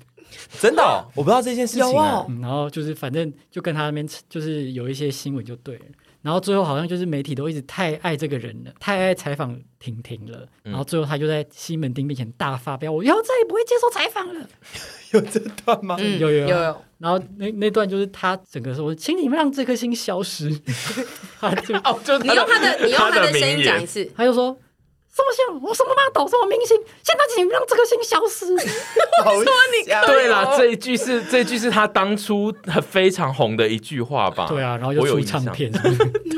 真的哦，我不知道这件事情
有
啊
哦。
嗯，然后就是反正就跟他那边就是有一些新闻就对了。然后最后好像就是媒体都一直太爱这个人了，太爱采访婷婷了，
嗯
然后最后他就在西门町面前大发飙，我以后再也不会接受采访了。
有这段吗？
嗯，
有有有
有有，
然后那那段就是他整个说，请你们让这颗心消 失，他就
哦，就
你用他的，你用他的声音讲一次，
他就说。什么像我什么骂倒什么明星，现在请让这颗心消失。
好像
对啦，这一句是这一句是他当初很非常红的一句话吧？
对啊，然后
我
就
有
出
印象
唱，片，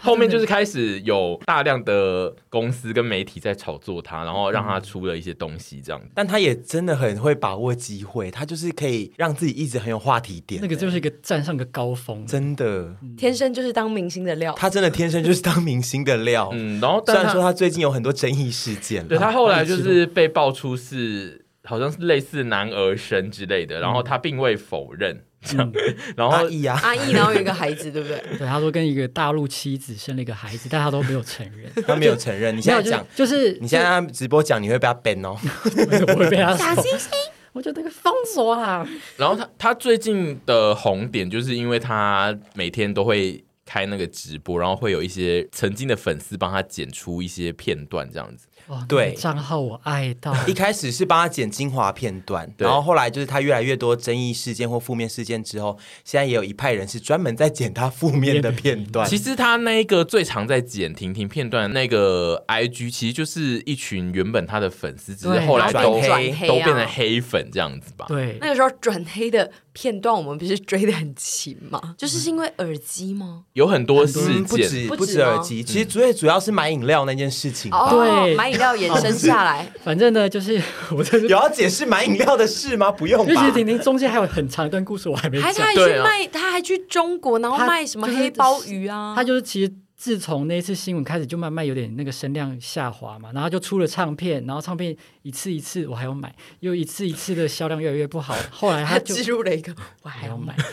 后面就是开始有大量的公司跟媒体在炒作他，然后让他出了一些东西这样。
但他也真的很会把握机会，他就是可以让自己一直很有话题点。
那个就是一个站上个高峰。
真的，
天生就是当明星的料。
他真的天生就是当明星的料。
嗯，然后
虽
但
然说
他
他最近有很多争议事件，
对他
啊
后来就是被爆出是好像是类似男儿身之类
嗯
的，然后他并未否认这样， 然
阿
后
义啊，
阿姨，然后有一个孩子，对不对？
对，他说跟一个大陆妻子生了一个孩子，但他都没有承 认。
他没有承认。你现在
没有
讲，
就是，就是
你现在直播讲，你会被他 ban 哦。
我会被 他
假
说
惺惺，
我就那个封锁啊啦。
然后他他最近的红点，就是因为他每天都会开那个直播，然后会有一些曾经的粉丝帮他剪出一些片段这样子。
哇，那个
对
账号我爱到，
一开始是帮他剪精华片段，
对
然后后来就是他越来越多争议事件或负面事件之后，现在也有一派人是专门在剪他负面的片段。
其实他那一个最常在剪婷婷片段那个 IG，其实就是一群原本他的粉丝，只是
对
后来
然
黑
后
都
变转黑啊，
都变成黑粉这样子吧。
对
那，个时候转黑的片段，我们不是追的很勤吗？就是是因为耳机吗？
有很多事
嗯，不
件。
止
不止
不止
吗
耳机，其实最主要是买饮料那件事情吧。
对
哦买饮料延伸下来，
反正呢，就是我这是
有，要解释买饮料的事吗？不用
因为其实
吧。
婷婷中间还有很长一段 故事我还没
还
讲
他。还去
对啊
卖，他还去中国，然后
他
卖什么
就是
黑鲍鱼啊？
他就是其实自从那一次新闻开始，就慢慢有点那个声量下滑嘛，然后就出了唱片，然后唱片一次一次我还要买，又一次一次的销量越来越不好，后来他
他
就
植入了一个，我
还
还
要
要
买
买。。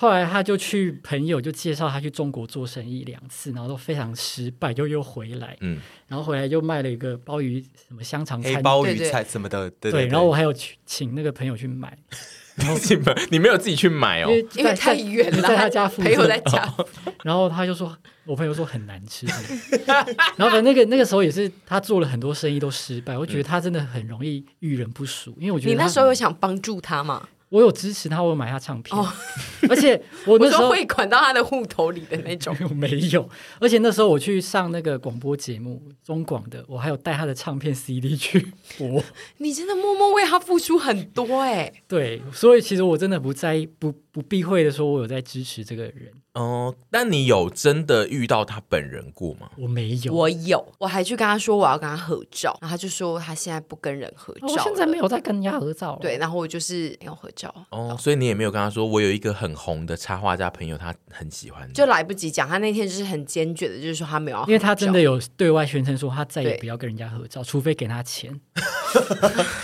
后来他就去朋友就介绍他去中国做生意两次，然后都非常失败，又又回来，
嗯，
然后回来又卖了一个鲍鱼什么香肠
黑
餐，
鲍
对
鱼
对
菜什么的，对
对，
对。
然后我还有去请那个朋友去买，
你们 你没有自己去买哦
因，为
因为
在
太
在
远了，
在他家附
朋
近，哦
友在家，
然后他就说，我朋友说很难吃， 然后反正那个那个时候也是他做了很多生意都失败，我觉得他真的很容易遇人不淑，因为我觉得
你那
他
时候有想帮助他吗？
我有支持他，我有买他唱片，
哦
而且我
我
那时
说
候。
汇款到他的户头里的那种
没有，而且那时候我去上那个广播节目，中广的，我还有带他的唱片 CD 去 播。
你真的默默为他付出很多哎、
对，所以其实我真的不在意，不不避讳的说，我有在支持这个人，
哦，但你有真的遇到他本人过吗？
我没有，
我有，我还去跟他说我要跟他合照，然后他就说他现在不跟人合照
哦我
了，
现在没有在跟人家合照了。
对，然后我就是要合照，
哦，所以你也没有跟他说，我有一个很红的插画家朋友，他很喜欢你。
就来不及讲。他那天就是很坚决的，就是说他没有要合照，
因为他真的有对外宣称说，他再也
啊对
不要跟人家合照，除非给他 钱。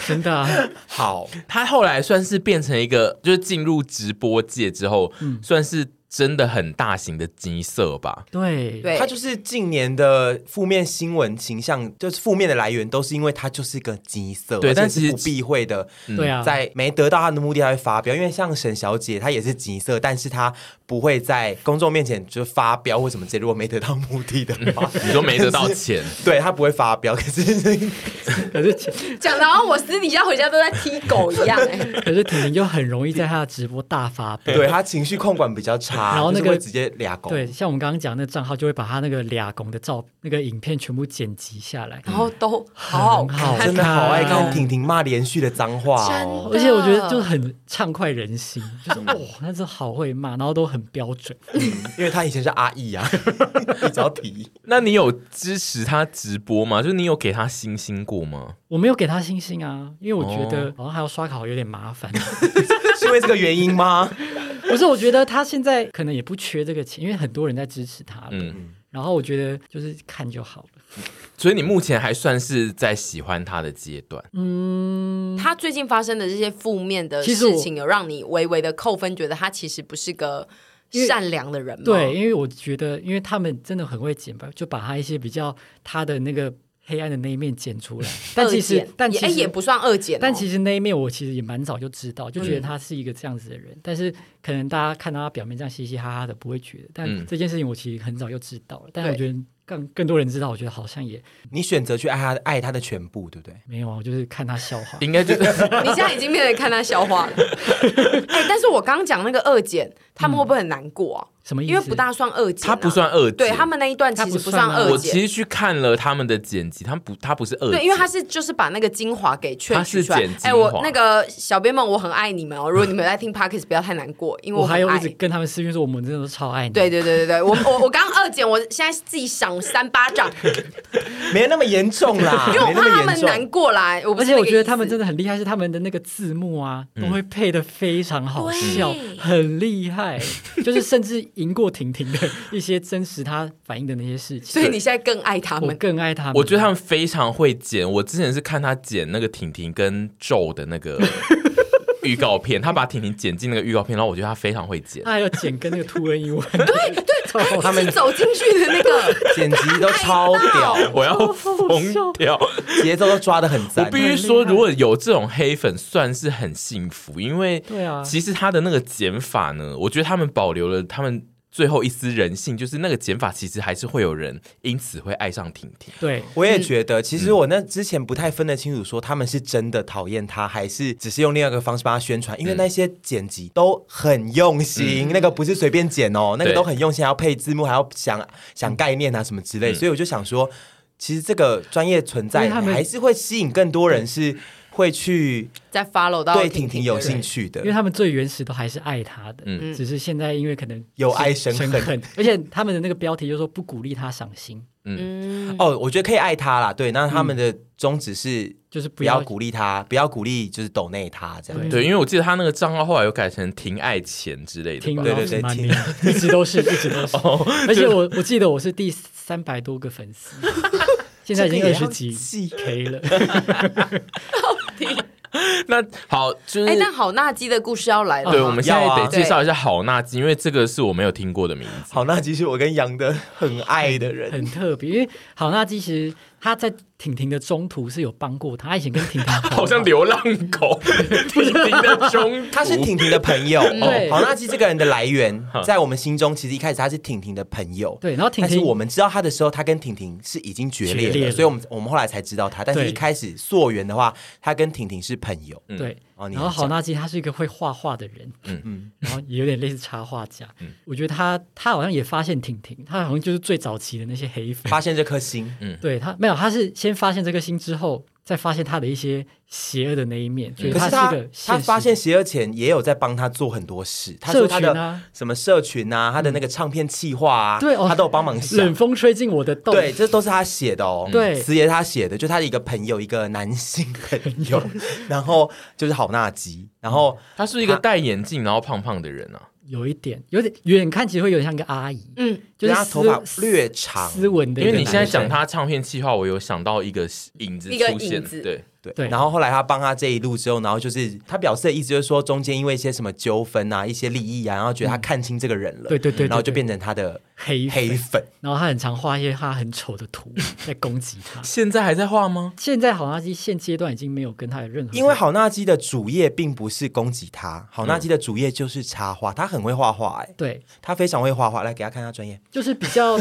真的、啊，
好，
他后来算是变成一个，就是进入直播界之后，算是真的很大型的金色吧。
对，
对，
他就是近年的负面新闻形象，就是负面的来源都是因为他就是个鸡色，
对
而且
但其实
是不避讳的，
对啊，
嗯在没得到他的目的，他会发表。因为像沈小姐，她也是急色，但是她不会在公众面前就发飙或什么之类。如果没得到目的的 话，
你说没得到钱，
对她不会发飙。可是
可是婷
讲的好像我私底下回家都在踢狗一样、哎
可是婷婷就很容易在他的直播大发飙。
对她情绪控管比较差，
然后那个
就是会直接俩狗。
对，像我们刚刚讲那个账号，就会把他那个俩拱的照、那个影片全部剪辑下来。
然后都好好
很好
看，
真的好爱看
看
婷婷骂连续的脏话哦。
而且我觉得就很畅快人心，就是 哇，那是好会骂，然后都很标准。
因为她以前是阿义啊， 一直要提。
那你有支持他直播吗？就是你有给他星星过吗？
我没有给他星星啊，因为我觉
哦
得好像还要刷卡有点麻烦。
是因为这个原因吗？
不是，我觉得他现在可能也不缺这个钱，因为很多人在支持他了。
嗯，
然后我觉得就是看就好了。
所以你目前还算是在喜欢他的阶段。
嗯，
他最近发生的这些负面的
其实我
事情，有让你微微的扣分，觉得他其实不是个
因为
善良的人吗？
对，因为我觉得，因为他们真的很会剪吧，就把他一些比较他的那个黑暗的那一面剪出 来。但
二
其实
姐，
但
也
其
哎
实
也不算二姐、哦，
但其实那一面我其实也蛮早就知道，就觉得他是一个这样子的人，
嗯
但是可能大家看到他表面这样嘻嘻哈哈的不会觉得，
嗯
但这件事情我其实很早就知道了，但
对
我觉得更更多人知道，我觉得好像也
你选择去爱她，爱她的全部，对不对？
没有啊，我就是看他笑 话。
应该就是
你现在已经变成看他笑话了。哎、但是我刚讲那个二姐，他们会不会很难过啊？
嗯什么意思？
因为不大算二姐、
他不，算二姐，
对他们那一段其实不算
她
二
我其
姐。
实去看了他们的剪辑，他们不，他不是二姐，
对，因为他是就是把那个精华给萃取出来
她是剪。精华
哎，我那个小编们，我很爱你们哦。如果你们有在听 Parkes，不要太难过，因为
我
很
还有
爱
一直跟他们私讯说，我们真的都超爱你。
对对对对对，我我我刚二姐，我现在自己赏三巴掌，
没那么严重啦，
因为我
没啊那
怕他
么
们
严
难
重。
过啦。我不
而
是
且
那个
我觉得他们
意思
真的很厉害，是他们的那个字幕啊，都会配的非常好笑，
对
很厉 害，就是甚至赢过婷婷的一些真实他反映的那些事情。
所以你现在更爱他
我
们。
更爱他们，
我觉得他们非常会剪。我之前是看他剪那个婷婷跟咒的 那个预告片，他把婷婷剪进那个预告片，然后我觉得他非常会剪。
哎
他还有剪跟那个图文 一文， 对对，
他们
是走进去的 那个，
剪辑都超屌，
我要疯掉！
节奏都抓的很
我
赞
必。须说，如果有这种黑粉，算是很幸福，因为
对啊
其实他的那个剪法呢，我觉得他们保留了他们最后一丝人性，就是那个剪法其实还是会有人因此会爱上婷婷。
对，
我也觉得，其实
嗯
我那之前不太分得清楚，说他们是真的讨厌他，还是只是用另外一个方式帮他宣传。因为那些剪辑都很用
嗯
心，那个不是随便剪哦，那个
对
都很用心，还要配字幕，还要想想概念啊什么之类。所以我就想说，其实这个专业存在
因为他们
还是会吸引更多人是会去
再 follow 到
对婷
婷
婷
婷
有
的人
兴趣的
因为，他们最原始都还是爱他的，
嗯
只是现在因为可能
有爱生
恨
恨，
而且他们的那个标题就说不鼓励他赏心，
嗯，
哦，我觉得可以爱他啦。对，那他们的宗旨是
就是
不
嗯不
要
要
鼓励他，不要鼓励就是抖内他这样。
对
对，因为我记得他那个账号后来有改成“停爱钱”之类的
听
吧。
对对对
Lost
听哦
Money，一直都是，一直都 是。而且我我记得我是第三百多个粉 丝，现在已经
这个
二
也要
十几
记
K 了。
那好，就是、
哎，但好纳基的故事要来了吗，
对，我们现在
要啊
得介绍一下好纳基，因为这个是我没有听过的名字。
好，那其实我跟杨的很爱的人，
嗯很特别，因为好那其实他在婷婷的中途是有帮过他，他以前跟婷 婷
好像流浪 狗，婷婷的中途，
他是婷婷的朋友。
对
哦，好，那其实这个人的 来源
哼，
在我们心中其实一开始他是婷婷的朋友。
对，然后婷
但是
婷
我们知道他的时候，他跟婷婷是已经决裂
决裂
了，
了
所以我们我们后来才知道他。但是
对
一开始溯源的话，他跟婷婷是朋友。
嗯
对，
哦你
然后
很
郝娜基他是一个会画画的人，
嗯
嗯
嗯
嗯， 然后也有点类似插画家。我觉得他他好像也发现婷婷，他好像就是最早期的那些黑粉。
发现这颗心，
对他没有，他是先发现这个心之后，再发现他的一些邪恶的那一面，所以
嗯可是
是
他
个现
他
实
发现邪恶前也有在帮他做很多事，他说
社
他
群
的
啊，
什么社群啊，他的那个唱片企划啊，
对哦
他都有帮忙
冷
想。
风吹进我的洞，
对，这都是他写的哦。
对
词也是他写的，就他的一个朋友，一个男性朋 友，然后就是好纳吉，然后
他是不是一个戴眼镜然后胖胖的人啊？
有一点，有点远看其实会有点像个阿姨，
嗯，
就是
他
斯
头发略长，
斯文的
因
一个男生，
为你现在讲他唱片计划，我有想到一个影子
一个
出现
影，子
对，
对，
对
然后后来他帮他这一路之后，然后就是他表示的意思就是说，中间因为一些什么纠纷啊，一些利益啊，然后觉得他看清这个人了，
对对对对嗯
然后就
对
变成他的
黑
黑
黑，
粉。
然后他很常画一些他很丑的图在攻击 他。
现在还在画吗？
现在好像基现阶段已经没有跟他有任何，
因为好纳基的主业并不是攻击他，好纳基的主业就是插画，他很会画画，哎，
对，
他非常会画画，来给他看他专业。
就是比较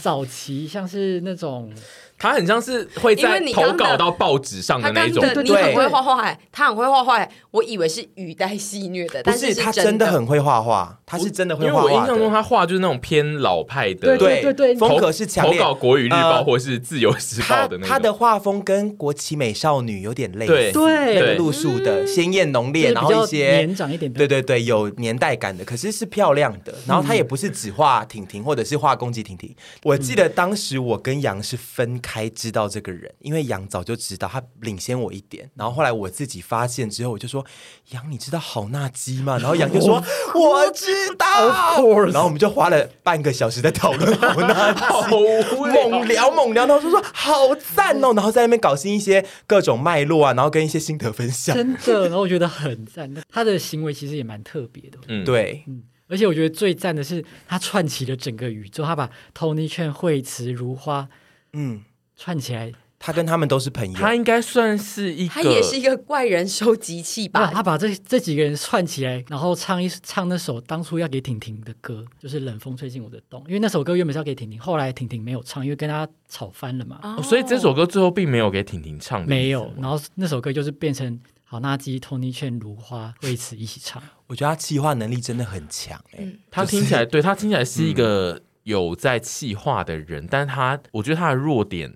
早期，像是那种
他很像是会
因为
在
你刚
投
的
稿到报纸上
他
的那
刚
一种
的
对
你很
对
会画画欸，他很会画画欸，我以为是语带戏谑的，
不
但是
他
真
真的很会画画，他是真的
因
会
为
画
我印
画
象中
的。
他画就是那种偏老派的，
对
对
对
风格是强
投
烈。
稿国语日报
呃
或是自由时
他
报的那种。
他的画风跟国旗美少女有点类
对
似，
对
那个路数的鲜艳浓烈，
就是
然
比
后
较
一些
年长一点的，
对对对，有年代感的，可是是漂亮的。
嗯
然后他也不是只画婷婷，或者是画攻击婷婷。我记
嗯
得当时我跟杨是分开知道这个人，因为杨早就知道，他领先我一点。然后后来我自己发现之后，我就说：“杨，你知道好纳基吗？”然后杨就 说：“我知道。”
course
然后我们就花了半个小时在讨论好纳基。
好无
猛
聊，
聊猛聊，然后就说好赞
嗯
哦，然后在那边搞新一些各种脉络啊，然后跟一些心得分享。
真的，然后我觉得很赞。他的行为其实也蛮特别的，
嗯，
对，
而且我觉得最赞的是他串起了整个宇宙，他把 Tony 劝、惠慈、如花
嗯，
串起来，
他跟他们都是朋友。
他应该算是一个，
他也是一个怪人收集器
把
吧？
他把这这几个人串起来，然后唱一唱那首当初要给婷婷的歌，就是《冷风吹进我的洞》，因为那首歌原本是要给婷婷，后来婷婷没有唱，因为跟他吵翻了
啊
嘛，
哦所以这首歌最后并没有给婷婷唱的意思吗，
没有。然后那首歌就是变成好那基、Tony 劝、如花为此一起唱，
我觉得他企划能力真的很强、欸，
嗯
他听起来，对他听起来是一个有在气化的人，但他我觉得他的弱点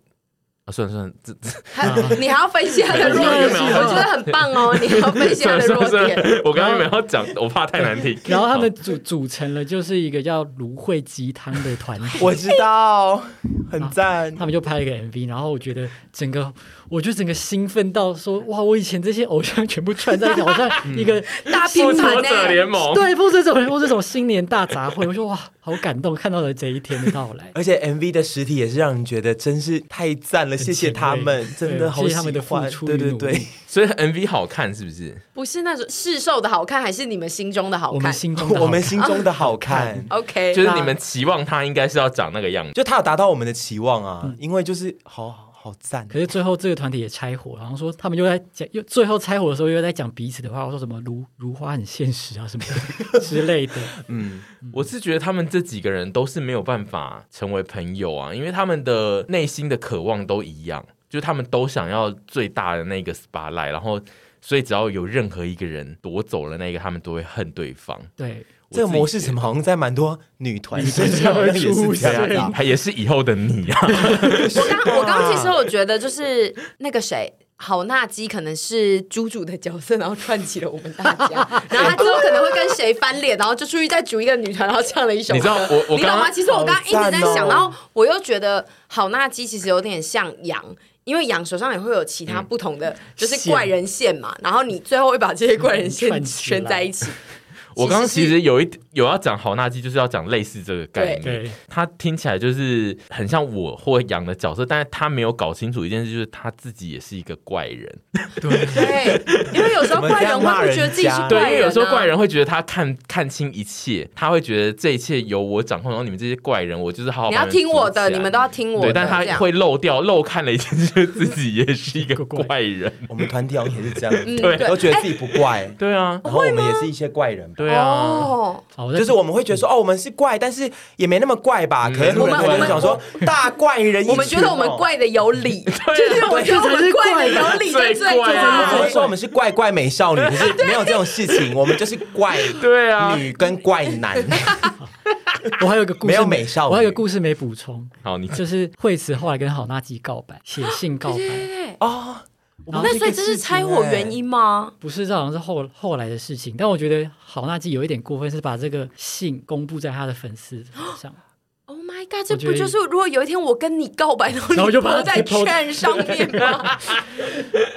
啊，算了算了，这
他你还要分析他的弱
没有
点，
没有
我觉得很棒哦，你还要分析他的
算了算了
弱
算
点。
了，我刚刚没有要讲，我怕太难听。
然后他
好
们组组成了就是一个叫芦荟鸡汤的团体。
我知 道，很赞。
他们就拍了一个 MV，然后我觉得整个，我就整个兴奋到说，哇！我以前这些偶像全部串在一起，好像一 个
大
复
拼盘
仇
呢？
者联盟，
对，不是这种，不是这种新年大杂烩，我说 哇，好感动，看到了这一天的到来
。而且 MV 的实体也是让人觉得真是太赞了，谢谢他们，
前卫
真的
对
好
谢
喜
谢他
欢。
们的付出与
对对
努
对
力，
所以 MV 好看是不是？
不是那种市售的好看，还是你们心中的好
我们
看
心中的好
我们心中的好看，
？OK，
就是你们期望他应该是要长那个样子，
就他有达到我们的期望啊，因为就是好好好赞。
嗯
啊
可是最后这个团体也拆伙，然后说他们又在讲，又最后拆伙的时候又在讲彼此的话，我说什么如如花很现实啊什么 的之类的。
嗯，
我是觉得他们这几个人都是没有办法成为朋友啊，因为他们的内心的渴望都一样，就是他们都想要最大的那个 spotlight，然后所以只要有任何一个人夺走了那个，他们都会恨对方。
对，
这个模式
什
怎
么？
么好像在蛮多女团
女团
身上好像也是
出
这
现
样啊。
还也是以后的你啊，
我刚我刚其实我觉得就是那个谁，好纳基可能是猪猪的角色，然后串起了我们大 家，然后他之后可能会跟谁翻脸，然后就出去再组一个女团，然后唱了一首歌。
你知道我我
你懂
刚
吗？
刚
其实我刚刚一直在
好赞
想，
哦
然后我又觉得好纳基其实有点像羊。因为羊手上也会有其他不同的，就是
线
怪人线嘛，然后你最后会把这些怪人线
串起来
圈在一起。
我刚刚
其
其
实
实有一有要讲好纳基，就是要讲类似这个概
对
念
对。
他听起来就是很像我或羊的角色，但是他没有搞清楚一件事，就是他自己也是一个怪人。
嗯
对，因为有时候怪人会不觉得自己是怪人、啊，
对，因为有时候怪人会觉得他看看清一切，他会觉得这一切由我掌控，然后你们这些怪人，我就是好好
你
把
要
们
听我
组
的，
起来
你们都要听我的。
对，但
这
他
样
会漏掉漏看了一件事，就是自己也是 一个
个怪
怪人。
我们团体好像也是这样，
嗯哎
对
都觉得自己不怪，
对啊，
然后我们也是一些怪人吧。
对啊，
哦，
好，我再
就是我们会觉得说，哦，我们是怪，但是也没那么怪吧？可能
我
有
们
人可能就想说，大怪人一群哦，
我们觉得我们怪的有理，就是我觉得我们怪的有理就最
对这才是怪
对
我
啊
们会说我们是怪怪美少女，可是没有这种事情，我们就是怪
对啊。
女跟怪 男。
我还有一个故事
没有美少女
我还有一个故事没补充，
好，你
就是惠子后来跟好娜基告白，写信告白，
哦，
然后
那所以这是拆伙原因吗？
不是这好像是后后来的事情，但我觉得好娜基有一点过分，是把这个信公布在他的粉丝上，
Oh my god！这
我觉
不
得
就是如果有一天我跟你告白，然后你
然后就把它
po 在
直接 po-
券上面吗？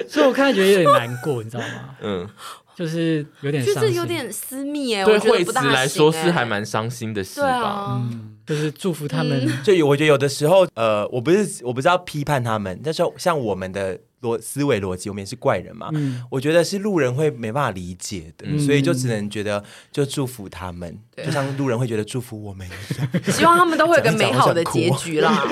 所以我看了觉得有点难过，你知道 吗？
嗯，
就是有点
就
伤
是
心，
有点私密哎，
对
我觉得
惠
不
子
大行
来说
哎
是还蛮伤心的事
对
吧？
啊，
嗯，就是祝福他们
嗯
就有我觉得有的时候，呃，我不是我不是要批判他们，但是像我们的逻思维逻辑，我们也是怪人嘛。
嗯
我觉得是路人会没办法理解的，所以就只能觉得就祝福他们，
对
就像路人会觉得祝福我们一样，
希望他们都会有个美好的结局啦。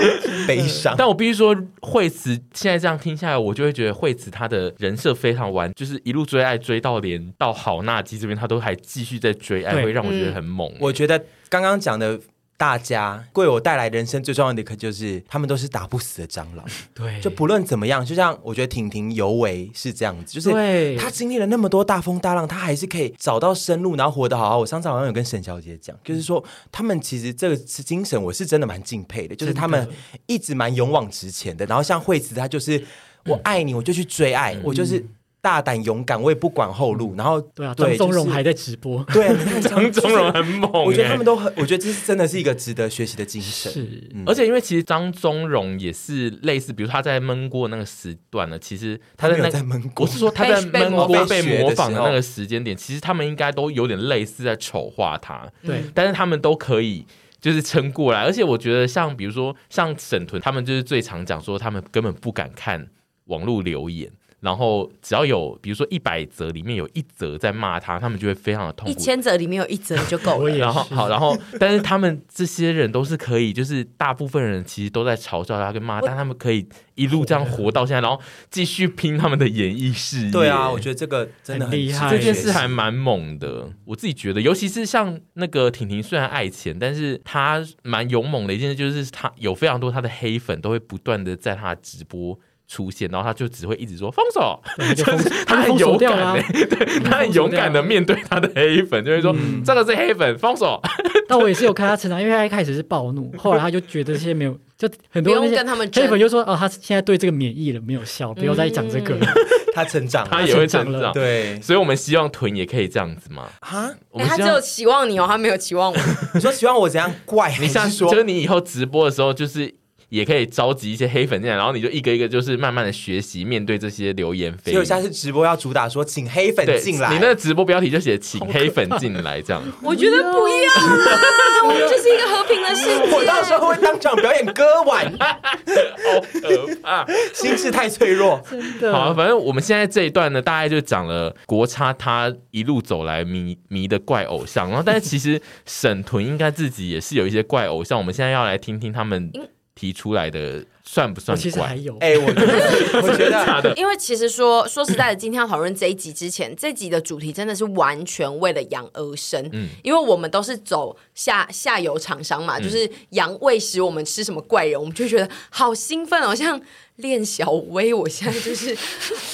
悲伤。
但我必须说，惠子现在这样听下来，我就会觉得惠子她的人设非常完，就是一路追爱追到连到好纳基这边，她都还继续在追爱，
对
会让我觉得很猛。
我觉得刚刚讲的大家为我带来人生最重要的一课，就是他们都是打不死的蟑螂。
对，
就不论怎么样，就像我觉得婷婷尤为是这样子，就是
对
她经历了那么多大风大浪，她还是可以找到生路，然后活得好好。我上次好像有跟沈小姐讲，就是说他们其实这个精神我是真的蛮敬佩的，就是他们一直蛮勇往直前的。然后像惠子，她就是我爱你，我就去追爱，我就是大胆勇敢，我也不管后路。然后
对啊，张
对，
宗荣
就是
还在直播，
对，啊你看
张宗荣很猛、欸，
我觉得他们都很，我觉得这是真的是一个值得学习的精神。
是
而且因为其实张宗荣也是类似，比如他在闷锅那个时段呢，其实他在
没
那
有在闷锅
我是说他在
被被
闷
模
锅
仿
被
被学的
模仿的
时候
那个时间点，其实他们应该都有点类似在丑化他，
对
但是他们都可以。就是撑过来，而且我觉得像比如说像沈屯，他们就是最常讲说他们根本不敢看网络留言，然后只要有比如说一百则里面有一则在骂他，他们就会非常的痛
一
苦。
千则里面有一则就够
我
了。
也
然后
是
好，然后但是他们这些人都是可以，就是大部分人其实都在嘲笑他跟骂，但他们可以一路这样活到现在，然后继续拼他们的演艺事业。
对啊，我觉得这个真的
很厉
值得
害
这件
学
事
习
还蛮猛的，我自己觉得，尤其是像那个婷婷，虽然爱钱，但是她蛮勇猛的一件事，就是她有非常多她的黑粉都会不断的在她的直播。出现，然后她就只会一直说封锁，
他 就封他就
她很
封
勇
锁掉
敢、
了啊、嗯
欸，对，她很勇敢的面对她的黑粉，就会说、这个是黑粉，封锁，
但我也是有看他成长，因为他一开始是暴怒，后来他就觉得这些没有，就很
不
多那
用
些
跟他们
黑
争
粉，就说哦，他现在对这个免疫了，没有效，不要再讲这个了。
嗯
他成长了，
他也会成
成长了
长。
对
所以我们希望屯也可以这样子嘛。
啊，
我
哎
们
他
希
只
望
有期望你哦，他没有期望我。
你说希望我怎样怪？
你像
还是说
就是你以后直播的时候，就是也可以召集一些黑粉进来，然后你就一个一个就是慢慢的学习面对这些流言蜚
所以我下
语。
次直播要主打说，请黑粉
对，
进来。
你那个直播标题就写“请黑粉进来”这样。
我觉得不要啦，我们这是一个和平的世
我到时
界。
候会当场表演歌晚，
好可怕！
心智太脆弱。
好、啊，反正我们现在这一段呢，大概就讲了国差他一路走来迷迷的怪偶像，然后但是其实沈屯应该自己也是有一些怪偶像，我们现在要来听听他们提出来的算不
我
算
其实还
怪？
有，
哎、我觉得，我觉得，
因为其实说说实在的，今天要讨论这一集之前，这集的主题真的是完全为了羊而生。嗯，因为我们都是走下下游厂商嘛，就是羊喂食我们吃什么怪人，我们就觉得好兴奋哦，像练小薇，我现在就是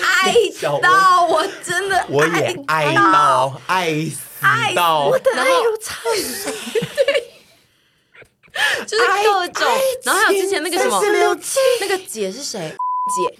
爱到我真的
我也爱到爱死到，
然后 对，就是各种，然后还有之前那个什么，那个姐是谁？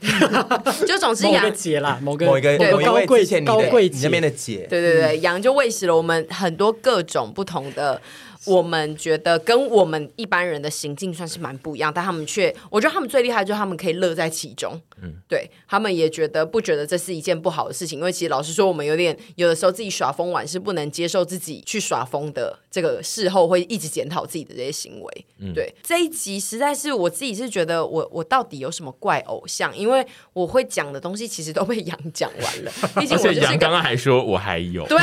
姐， 就总之
某
杨
个，姐啦，某个
某一个
某
对
某
个
一
高
位之
贵
前你的
高贵
你
姐
那边的姐，
对对
嗯
对，杨就喂食了我们很多各种不同的。我们觉得跟我们一般人的行径算是蛮不一样，但他们却，我觉得他们最厉害就是他们可以乐在其中。嗯，对他们也觉得不觉得这是一件不好的事情，因为其实老实说，我们有点有的时候自己耍疯玩是不能接受自己去耍疯的，这个事后会一直检讨自己的这些行为。
嗯
对这一集实在是我自己是觉得我我到底有什么怪偶像，因为我会讲的东西其实都被杨讲完 了，毕竟
而
我就
且
是
杨
个
刚刚还说我 还有，
对，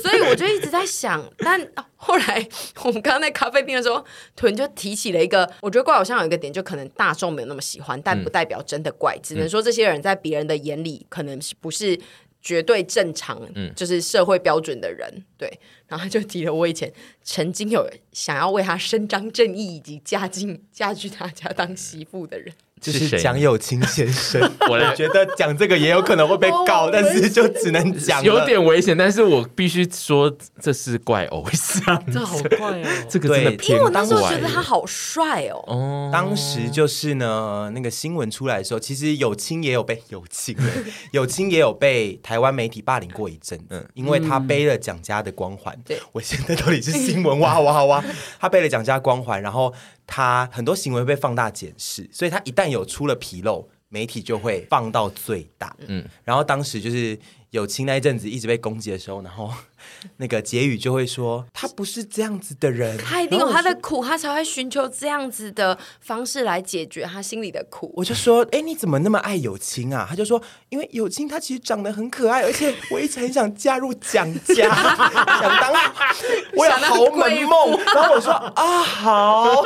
所以我就一直在想，但哦后来我们刚刚在咖啡厅的时候，屯就提起了一个，我觉得怪偶像有一个点，就可能大众没有那么喜欢，但不代表真的怪，只能说这些人在别人的眼里可能是不是。绝对正常，
嗯
就是社会标准的人，对。然后他就提了我以前曾经有想要为他伸张正义以及嫁进嫁去他家当媳妇的人，
就是
谁
是蒋友清先生。
我来
我觉得讲这个也有可能会被告，但是就只能讲了
有点危险，但是我必须说这是怪偶 像，
这好怪哦。
这个真的
对
偏
因为我那时候
怪
觉得他好帅哦，
哦，
当时就是呢，那个新闻出来的时候，其实友清也有被友清， 友清也有被台湾媒体霸凌过一阵，嗯，因为他背了蒋家的光环。
对
我现在到底是新闻哇哇哇，他背了蒋家光环，然后他很多行为被放大检视，所以他一旦有出了纰漏，媒体就会放到最大。嗯，然后当时就是友清那一阵子一直被攻击的时候，然后那个杰宇就会说他不是这样子的人，
他一定
然
有
后
他
我
的苦，他才会寻求这样子的方式来解决他心里的苦。
我就说，哎、你怎么那么爱友情啊？他就说，因为友情她其实长得很可爱，而且我一直很想嫁入蒋 家，想当我有豪门梦。然后我说啊，好，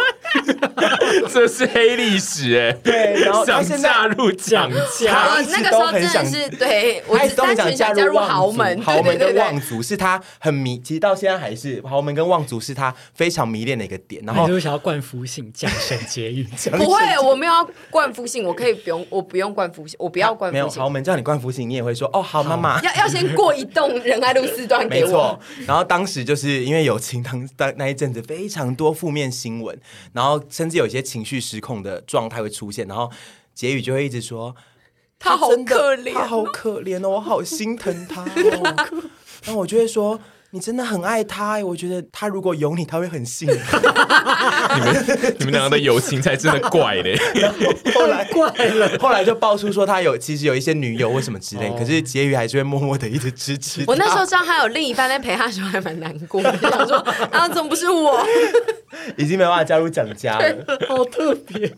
这是黑历史哎、
对，然后她
想
现
嫁
在。
入蒋家，
他
啊
一直
那个时
都
候
很
真的
想
是对我
她一
只
直都
单
很想
纯想加
入
入
望
豪
族
门，
豪门
对对
跟
对
望
对。
族是她很迷，其实到现在还是豪门跟望族是她非常迷恋的一个点。然
那你
后
是不是想要冠福姓蒋沈婕 妤？
哎不会，我没有要灌夫姓，我可以不用，我不用灌夫姓，我不要灌
没有
夫姓
豪，门叫你冠福型，你也会说哦，好妈妈。
要要先过一栋仁爱路四段
没
给我
错。，然后当时就是因为友情当当那一阵子非常多负面新闻，然后甚至有一些情绪失控的状态会出现，然后杰宇就会一直说
他好
真的
可怜
他好可怜哦，我好心疼他、 哦。然后我就会说。你真的很爱他，欸我觉得他如果有你，他会很 幸福。
你们两个的友情才真的怪 嘞、
后来怪了，后来就爆出说他有其实有一些女友或什么之类，
哦
可是杰宇还是会默默的一直支持他。
我那时候知道他有另一半在陪他的时候，还蛮难过的，想说啊，怎么不是我？
已经没办法加入蒋家了。
好特别，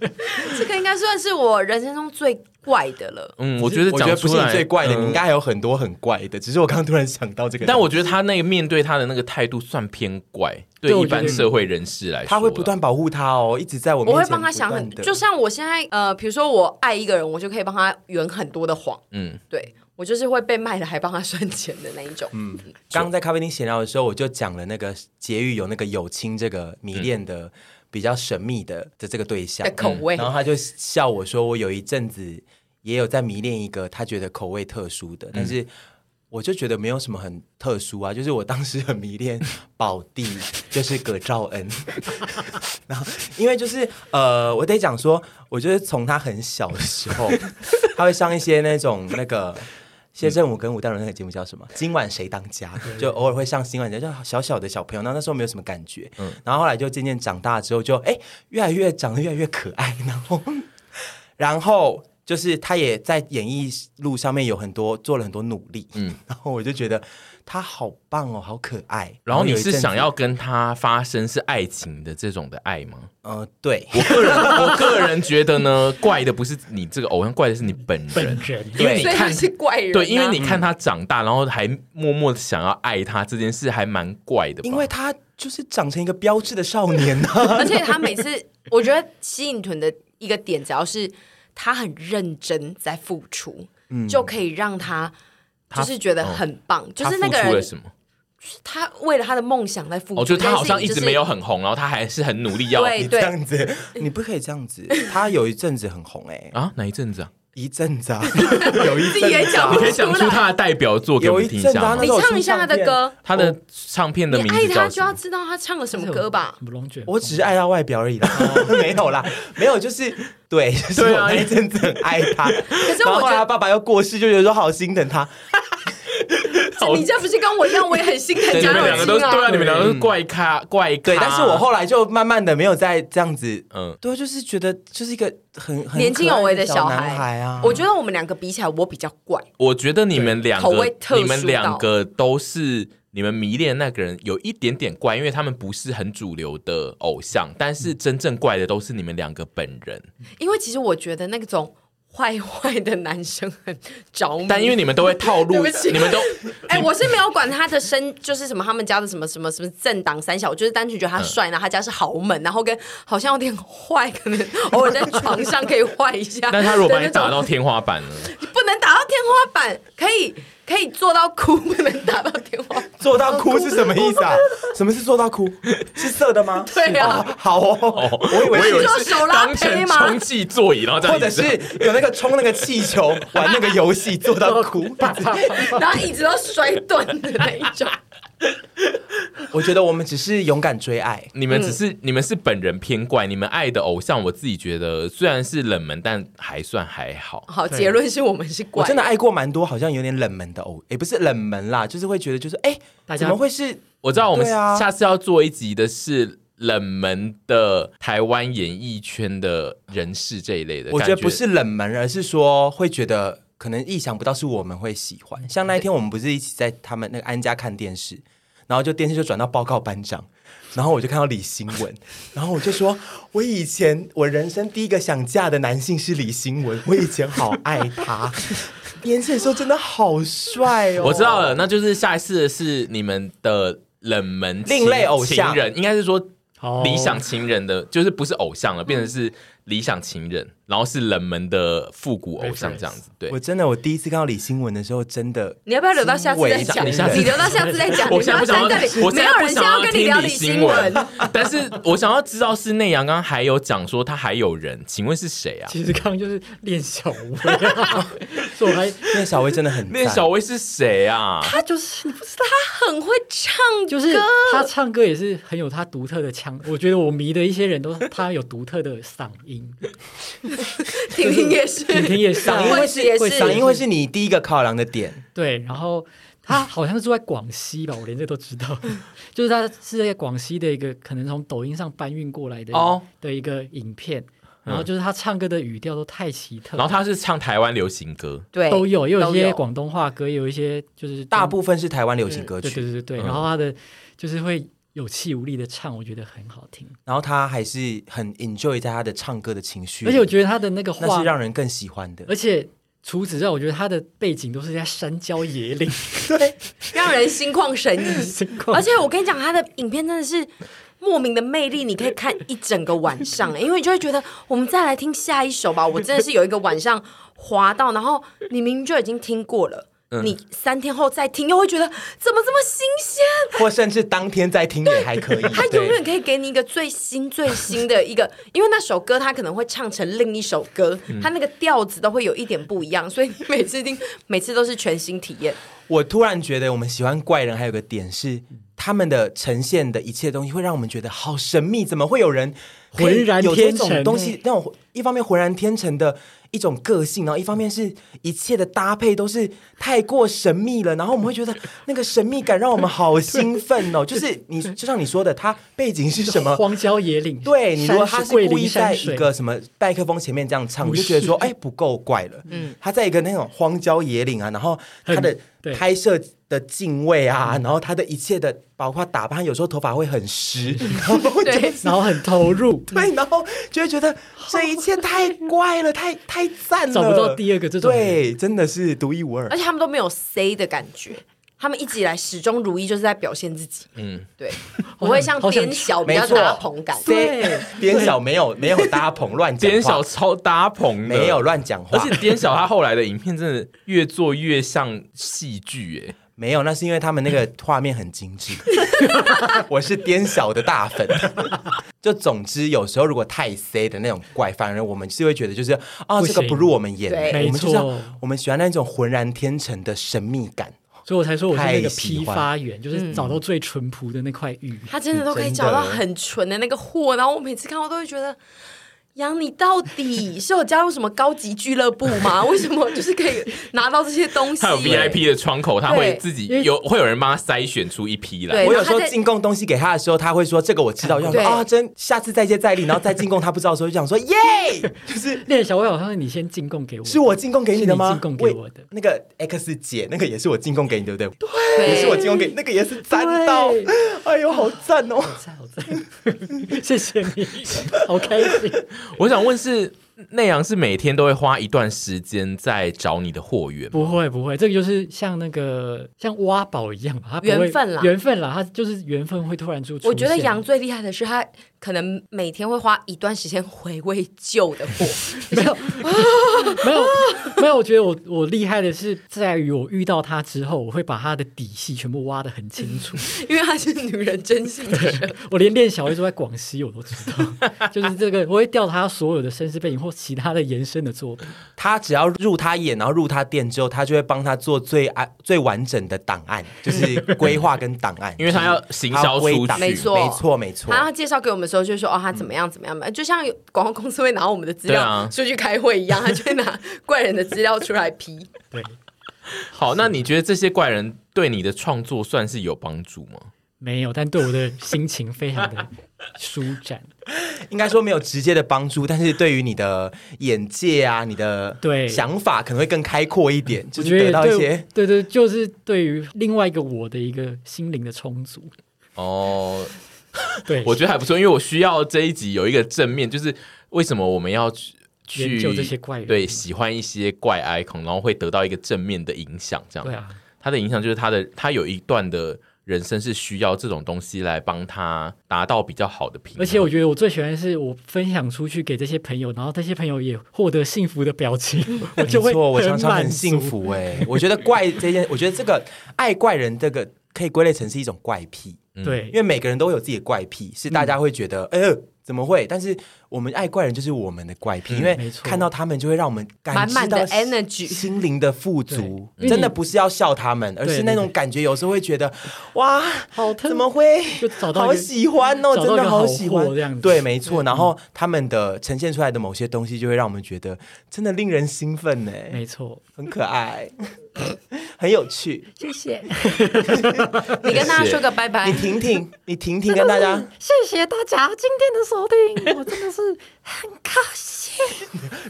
这个应该算是我人生中最怪的了。
嗯，我觉得
我觉得
讲
不
出
是
来
你最怪的，你应。
嗯
该还有很多很怪的。只是我刚刚突然想到这个，
但我觉得他那个面对他的那个态度算偏怪，对
对我
一
觉得
般社会人士来说，啊
他会不断保护他哦，一直在我面
我
前
会帮他想很
不，断地
就像我现在呃，比如说我爱一个人，我就可以帮他圆很多的谎，
嗯，
对我就是会被卖了还帮他算钱的那一种。
嗯
刚刚在咖啡厅闲聊的时候，我就讲了那个杰玉有那个友情这个迷恋的、比较神秘的的这个对象
的口味
然后他就笑我说我有一阵子也有在迷恋一个他觉得口味特殊的，但是。我就觉得没有什么很特殊啊，就是我当时很迷恋宝弟，就是葛兆恩，然后因为就是呃，我得讲说，我就是从他很小的时候，他会上一些那种那个谢振武跟吴淡如那个节目叫什么？今晚谁当家？就偶尔会上今晚谁当家，就小小的小朋友，那那时候没有什么感觉。
嗯
然后后来就渐渐长大之后就，哎越来越长得越来越可爱，然后然后。就是他也在演艺路上面有很多做了很多努力，嗯， 然后我就觉得他好棒哦，好可爱。
然后你
有一
是
阵子
想要跟他发生是爱情的这种的爱吗？
呃，对，
我个人我个人觉得呢，怪的不是你这个偶像，怪的是你本人。
本人
因为你
所以他
看
是怪人啊、
对，因为你看他长大，然后还默默地想要爱他这件事，还蛮怪的吧。
因为他就是长成一个标志的少年啊呐、
而且他每次， 我觉得吸引臀的一个点，只要是他很认真在付出，
嗯
就可以让他
他
就是觉得很棒，就
他
是
付
那个
出了
人
什么？
他为了他的梦想在付出，
哦，就是他好像一直没有
这件事情
很红，然后他还是很努力要
对嗯
你这样子，你不可以这样子。他有一阵子很红哎、
啊哪一阵子啊？
一阵子啊， 有一
自己也
阵子啊
讲
你
不
可以讲出
出来
他的代表作给
有
我
一
们听一下
阵子啊
吗
那
你
时候
唱一下他的歌，
他的唱片的
你
名
爱他
字叫
就
什
要
么？
知道他唱了什么歌 吧？
什么龙卷风？
我只是爱他外表而已啦， 没有啦，没有，就是哦对，就是
对
我
啊
那一阵子很爱他，可
是我
然后后
觉
来
得
他爸爸又过世，就觉得说好心疼他，
你这不是跟我一样，我也很 心疼
对你
贾
们两
若
个都
清
是对啊，
啊。
你们两个都是怪咖怪咖。
嗯对，但是我后来就慢慢的没有再这样子，
嗯，
对，就是觉得就是一个很很
年轻有为的
小
孩
男孩啊，
我觉得我们两个比起来，我比较怪。
我觉得你们两
口味
个
特殊，到
你们两个都是你们迷恋的那个人有一点点怪，因为他们不是很主流的偶像，但是
嗯
真正怪的都是你们两个本人。
因为其实我觉得那种坏坏的男生很着迷。
但因为你们都会套路
嗯对不，起
你 们都
哎、我是没有管他的身，就是什么他们家的什么什么什么政党三小，我就是单纯觉得他帅，然后他家是豪门，然后跟好像有点坏，可能偶尔在床上可以坏一下。
但是他如果把你
的那种
打到天 花板了，
不能打到天花板，可以可以做到哭，不能打到天花板。
做到哭是什么意思 啊？什么是做到哭？是色的吗？
对啊
哦好哦，我以为
我以
是
为
做
是
手拉
当
胚
成
吗
充？气座椅，然后这样
或
一直
者是有那个冲那个气球玩那个游戏做到 哭。
然后椅子都摔断的那一种。
我觉得我们只是勇敢追爱，
你们只是、
嗯
你们是本人偏怪，你们爱的偶像，我自己觉得虽然是冷门，但还算还好。
好，结论是我们是
我
怪，
真的爱过蛮多，好像有点冷门的偶，也不是冷门啦，就是会觉得就是哎，
大家
怎么会是
我知道我们
对啊
下次要做一集的是冷门的台湾演艺圈的人士这一类的，
我觉
感
得不是冷门，而是说会觉得可能意想不到是我们会喜欢。像那一天我们不是一起在他们那个安家看电视，然后就电视就转到报告班长，然后我就看到李新文，然后我就说，我以前我人生第一个想嫁的男性是李新文，我以前好爱他，年轻的时候真的好帅哦。
我知道了，，那就是下一次是你们的冷门情
另类偶像
情人，应该是说
哦
好
理想情人的，就是不是偶像了，变成
嗯
是理想情人，然后是冷门的复古偶像这样子。对
我，真的我第一次看到李新文的时候，真的
你要不要留到下次再
惊
讲？
为
你
天人
留到下次再讲。
我
你不
现在
要
不想要
站在这，里，
我
没
现在
有
不
人
想
想要跟你
听
聊
李
李
新
新
文
文。，
但是我想要知道是内阳刚刚还有讲说他还有人，请问是谁啊？
其实刚刚就是练小薇 啊，所以我还
练小薇真的很
练
赞
小薇是谁啊？
他就是你不知道，
很会唱，
就是他唱歌也是很有他独特的腔。我觉得我迷的一些人都他有独特的嗓 音，
婷婷也是，
婷婷也是啊
嗓音会是
也
会
是
嗓音会是你第一个考量的点。
对，然后他好像是住在广西吧，我连这都知道， 就是他是在广西的一个可能从抖音上搬运过来的
哦
的一个影片，
嗯
然后就是他唱歌的语调都太奇特，
然后他是唱台湾流行歌，
对
都有，也有
都
一些
有
广东话歌，也有一些就是
大
中
部分是台湾流行歌
对
曲，
对对对，
嗯
然后他的就是会有气无力的唱，我觉得很好听，
然后他还是很 enjoy 在他的唱歌的情绪里，
而且我觉得他的那个
那
画
是，让人更喜欢的
而。且除此之外，我觉得他的背景都是在山郊野岭，
让人心旷神怡。
情况
而且我跟你讲，他的影片真的是莫名的魅力，你可以看一整个晚上， 因为你就会觉得我们再来听下一首吧。我真的是有一个晚上滑到，然后你明明就已经听过了。你三天后再听，又会觉得怎么这么新鲜？
或甚至当天再听也还 可以。
他
对
永远可以给你一个最新最新的一个， 因为那首歌他可能会唱成另一首歌，他那个调子都会有一点不一样，所以你每次听，每次都是全新体验。
我突然觉得我们喜欢怪人还有个点是，
嗯
他们的呈现的一切东西会让我们觉得好神秘，怎么会有人可以
浑然
有这
天
种
成
东
欸
西？那种一方面浑然天成的一种个性，然后一方面是一切的搭配都是太过神秘了，然后我们会觉得那个神秘感让我们好兴 奋哦。就是你就像你说的，他背景是什么？
荒郊野岭，
对你，如果他
山
是
桂
故
林
意
山
在
水
一个什么麦克风前面这样唱，我
不
就是觉得说，哎，不够怪了。嗯，他在一个那种荒郊野岭啊，然后他的
很对
拍摄的敬畏啊，然后他的一切的，包括打扮，有时候头发会 很湿，然后就
对
然后很投入，
对，然后就会觉得这一切太怪了，太太赞了，
找不到第二个这种人
对，真的是独一无二
而。且他们都没有 C 的感觉，他们一直以来始终如一，就是在表现自己。嗯，对，不会像
好想
边小比
没
较
错
大捧感，
对，边小没有没有搭棚乱讲话，
颠小超搭棚的，
没有。乱讲
而
话，
且颠小他后来的影片真的越做越像戏剧，哎，
没有，那是 因 为他们那个画面很精致。我是颠小的大粉， 就总之，有时候如果太 C 的那种怪，反而我们是会觉得就是啊，
不
这个
行
不入我们眼
对，
我们就是要
没错
我们喜欢那种浑然天成的神秘感。
所以我才说我是那个
太喜
批
欢
发员，就是找到最淳朴的那块玉。
嗯他真的都可以
真的
找到很纯的那个货，然后我每次看我都会觉得。杨，你到底是有加入什么高级俱乐部吗？为什么就是可以拿到这些东西？
他有 VIP 的窗口，他会
对
自己
因为
有会有人帮他筛选出一批来
对。
我有
然
时
后
候
他在
进贡东西给他的时候，他会说这个我知道，要说
对
啊真下次再接再厉，然后再进贡他不知道的时候就 想说耶，就是
练小薇好像是你先进贡给我，
是我进贡给你的吗？
是你进贡给我的
那个 X 姐那个也是我进贡给你对不对？
对
也是我进贡给你，那个也是赞 到
对，
哎呦好赞哦！
在我在， 谢谢你，好开心。
我想问是内阳是每天都会花一段时间在找你的货源吗，
不会不会，这个就是像那个像挖宝一样吧，它不会
缘分啦
缘分啦，它就是缘分会突然就出现。
我觉得杨最厉害的是他可能每天会花一段时间回味旧的货，
没 有没有没有，我觉得我我厉害的是在于我遇到他之后，我会把他的底细全部挖得很清楚。
因为他是女人真心的人。
我连练小薇住在广西我都知道， 就是这个我会调他所有的身世背景或其他的延伸的作品。
他只要入他眼，然后入他店之后，他就会帮他做最安最完整的档案，就是规划跟档 案，
因为他要行销出
归
去，
档
没错
没错，没错
他。要介绍给我们的时候，就说哦，他怎么样怎么样嘛，就像有广告公司会拿我们的资
对
料
啊
出去开会一样，他就会拿怪人的资料出来批。
对，
好，那你觉得这些怪人对你的创作算是有帮助吗？
没有，但对我的心情非常的舒展。
应该说没有直接的帮助，但是对于你的眼界啊，你的
对
想法可能会更开阔一点，就
我觉
是
得
得到一
对
些
对对，就是对于另外一个我的一个心灵的充足。
哦，
对，
我觉得还不错，因为我需要这一集有一个正面，就是为什么我们要去去
研究这些怪人
对，喜欢一些怪 icon，然后会得到一个正面的影响，这样。
对啊，
他的影响就是他的他有一段的人生是需要这种东西来帮他达到比较好的平衡。
而且我觉得我最喜欢的是我分享出去给这些朋友，然后这些朋友也获得幸福的表 情，我就会
没错，我常常
满
很
足
幸。福哎、我觉得怪这件，我觉得这个爱怪人这个可以归类成是一种怪癖，
对
因，为每个人都有自己的怪癖，是
嗯
大家会觉得，哎、呦怎么会？但是我们爱怪人就是我们的怪癖，因
嗯没
为
错
看到他们就会让我们感
满
知
满
到
的 energy
心灵的富足。
对因为你
真的不是要笑他们，而
对
是
对
那
对
种感觉，有时候会觉得，哇，
好疼
怎么会？
就找到一
好
个
喜欢哦，
找
真
到一
的
个好
喜欢
货这样子嗯
对，没错。然后他们的呈现出来的某些东西，就会让我们觉得真的令人兴奋呢，
没错，
很可爱， 很有趣。
谢谢，你跟大家说个拜拜
你。婷婷，你婷婷跟大家，
谢谢大家今天的收听，我真的是很高兴。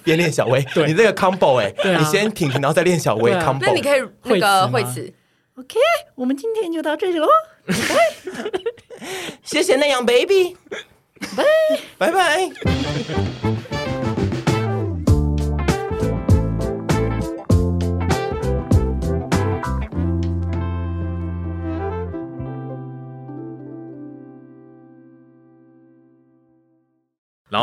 边练小薇，你这个 combo 哎、
对啊
你先婷婷，然后再练小薇
对啊
combo。
那你可以那个
惠
惠
慈
慈，
OK，我们今天就到这里喽。
谢谢那样 baby，拜拜。
然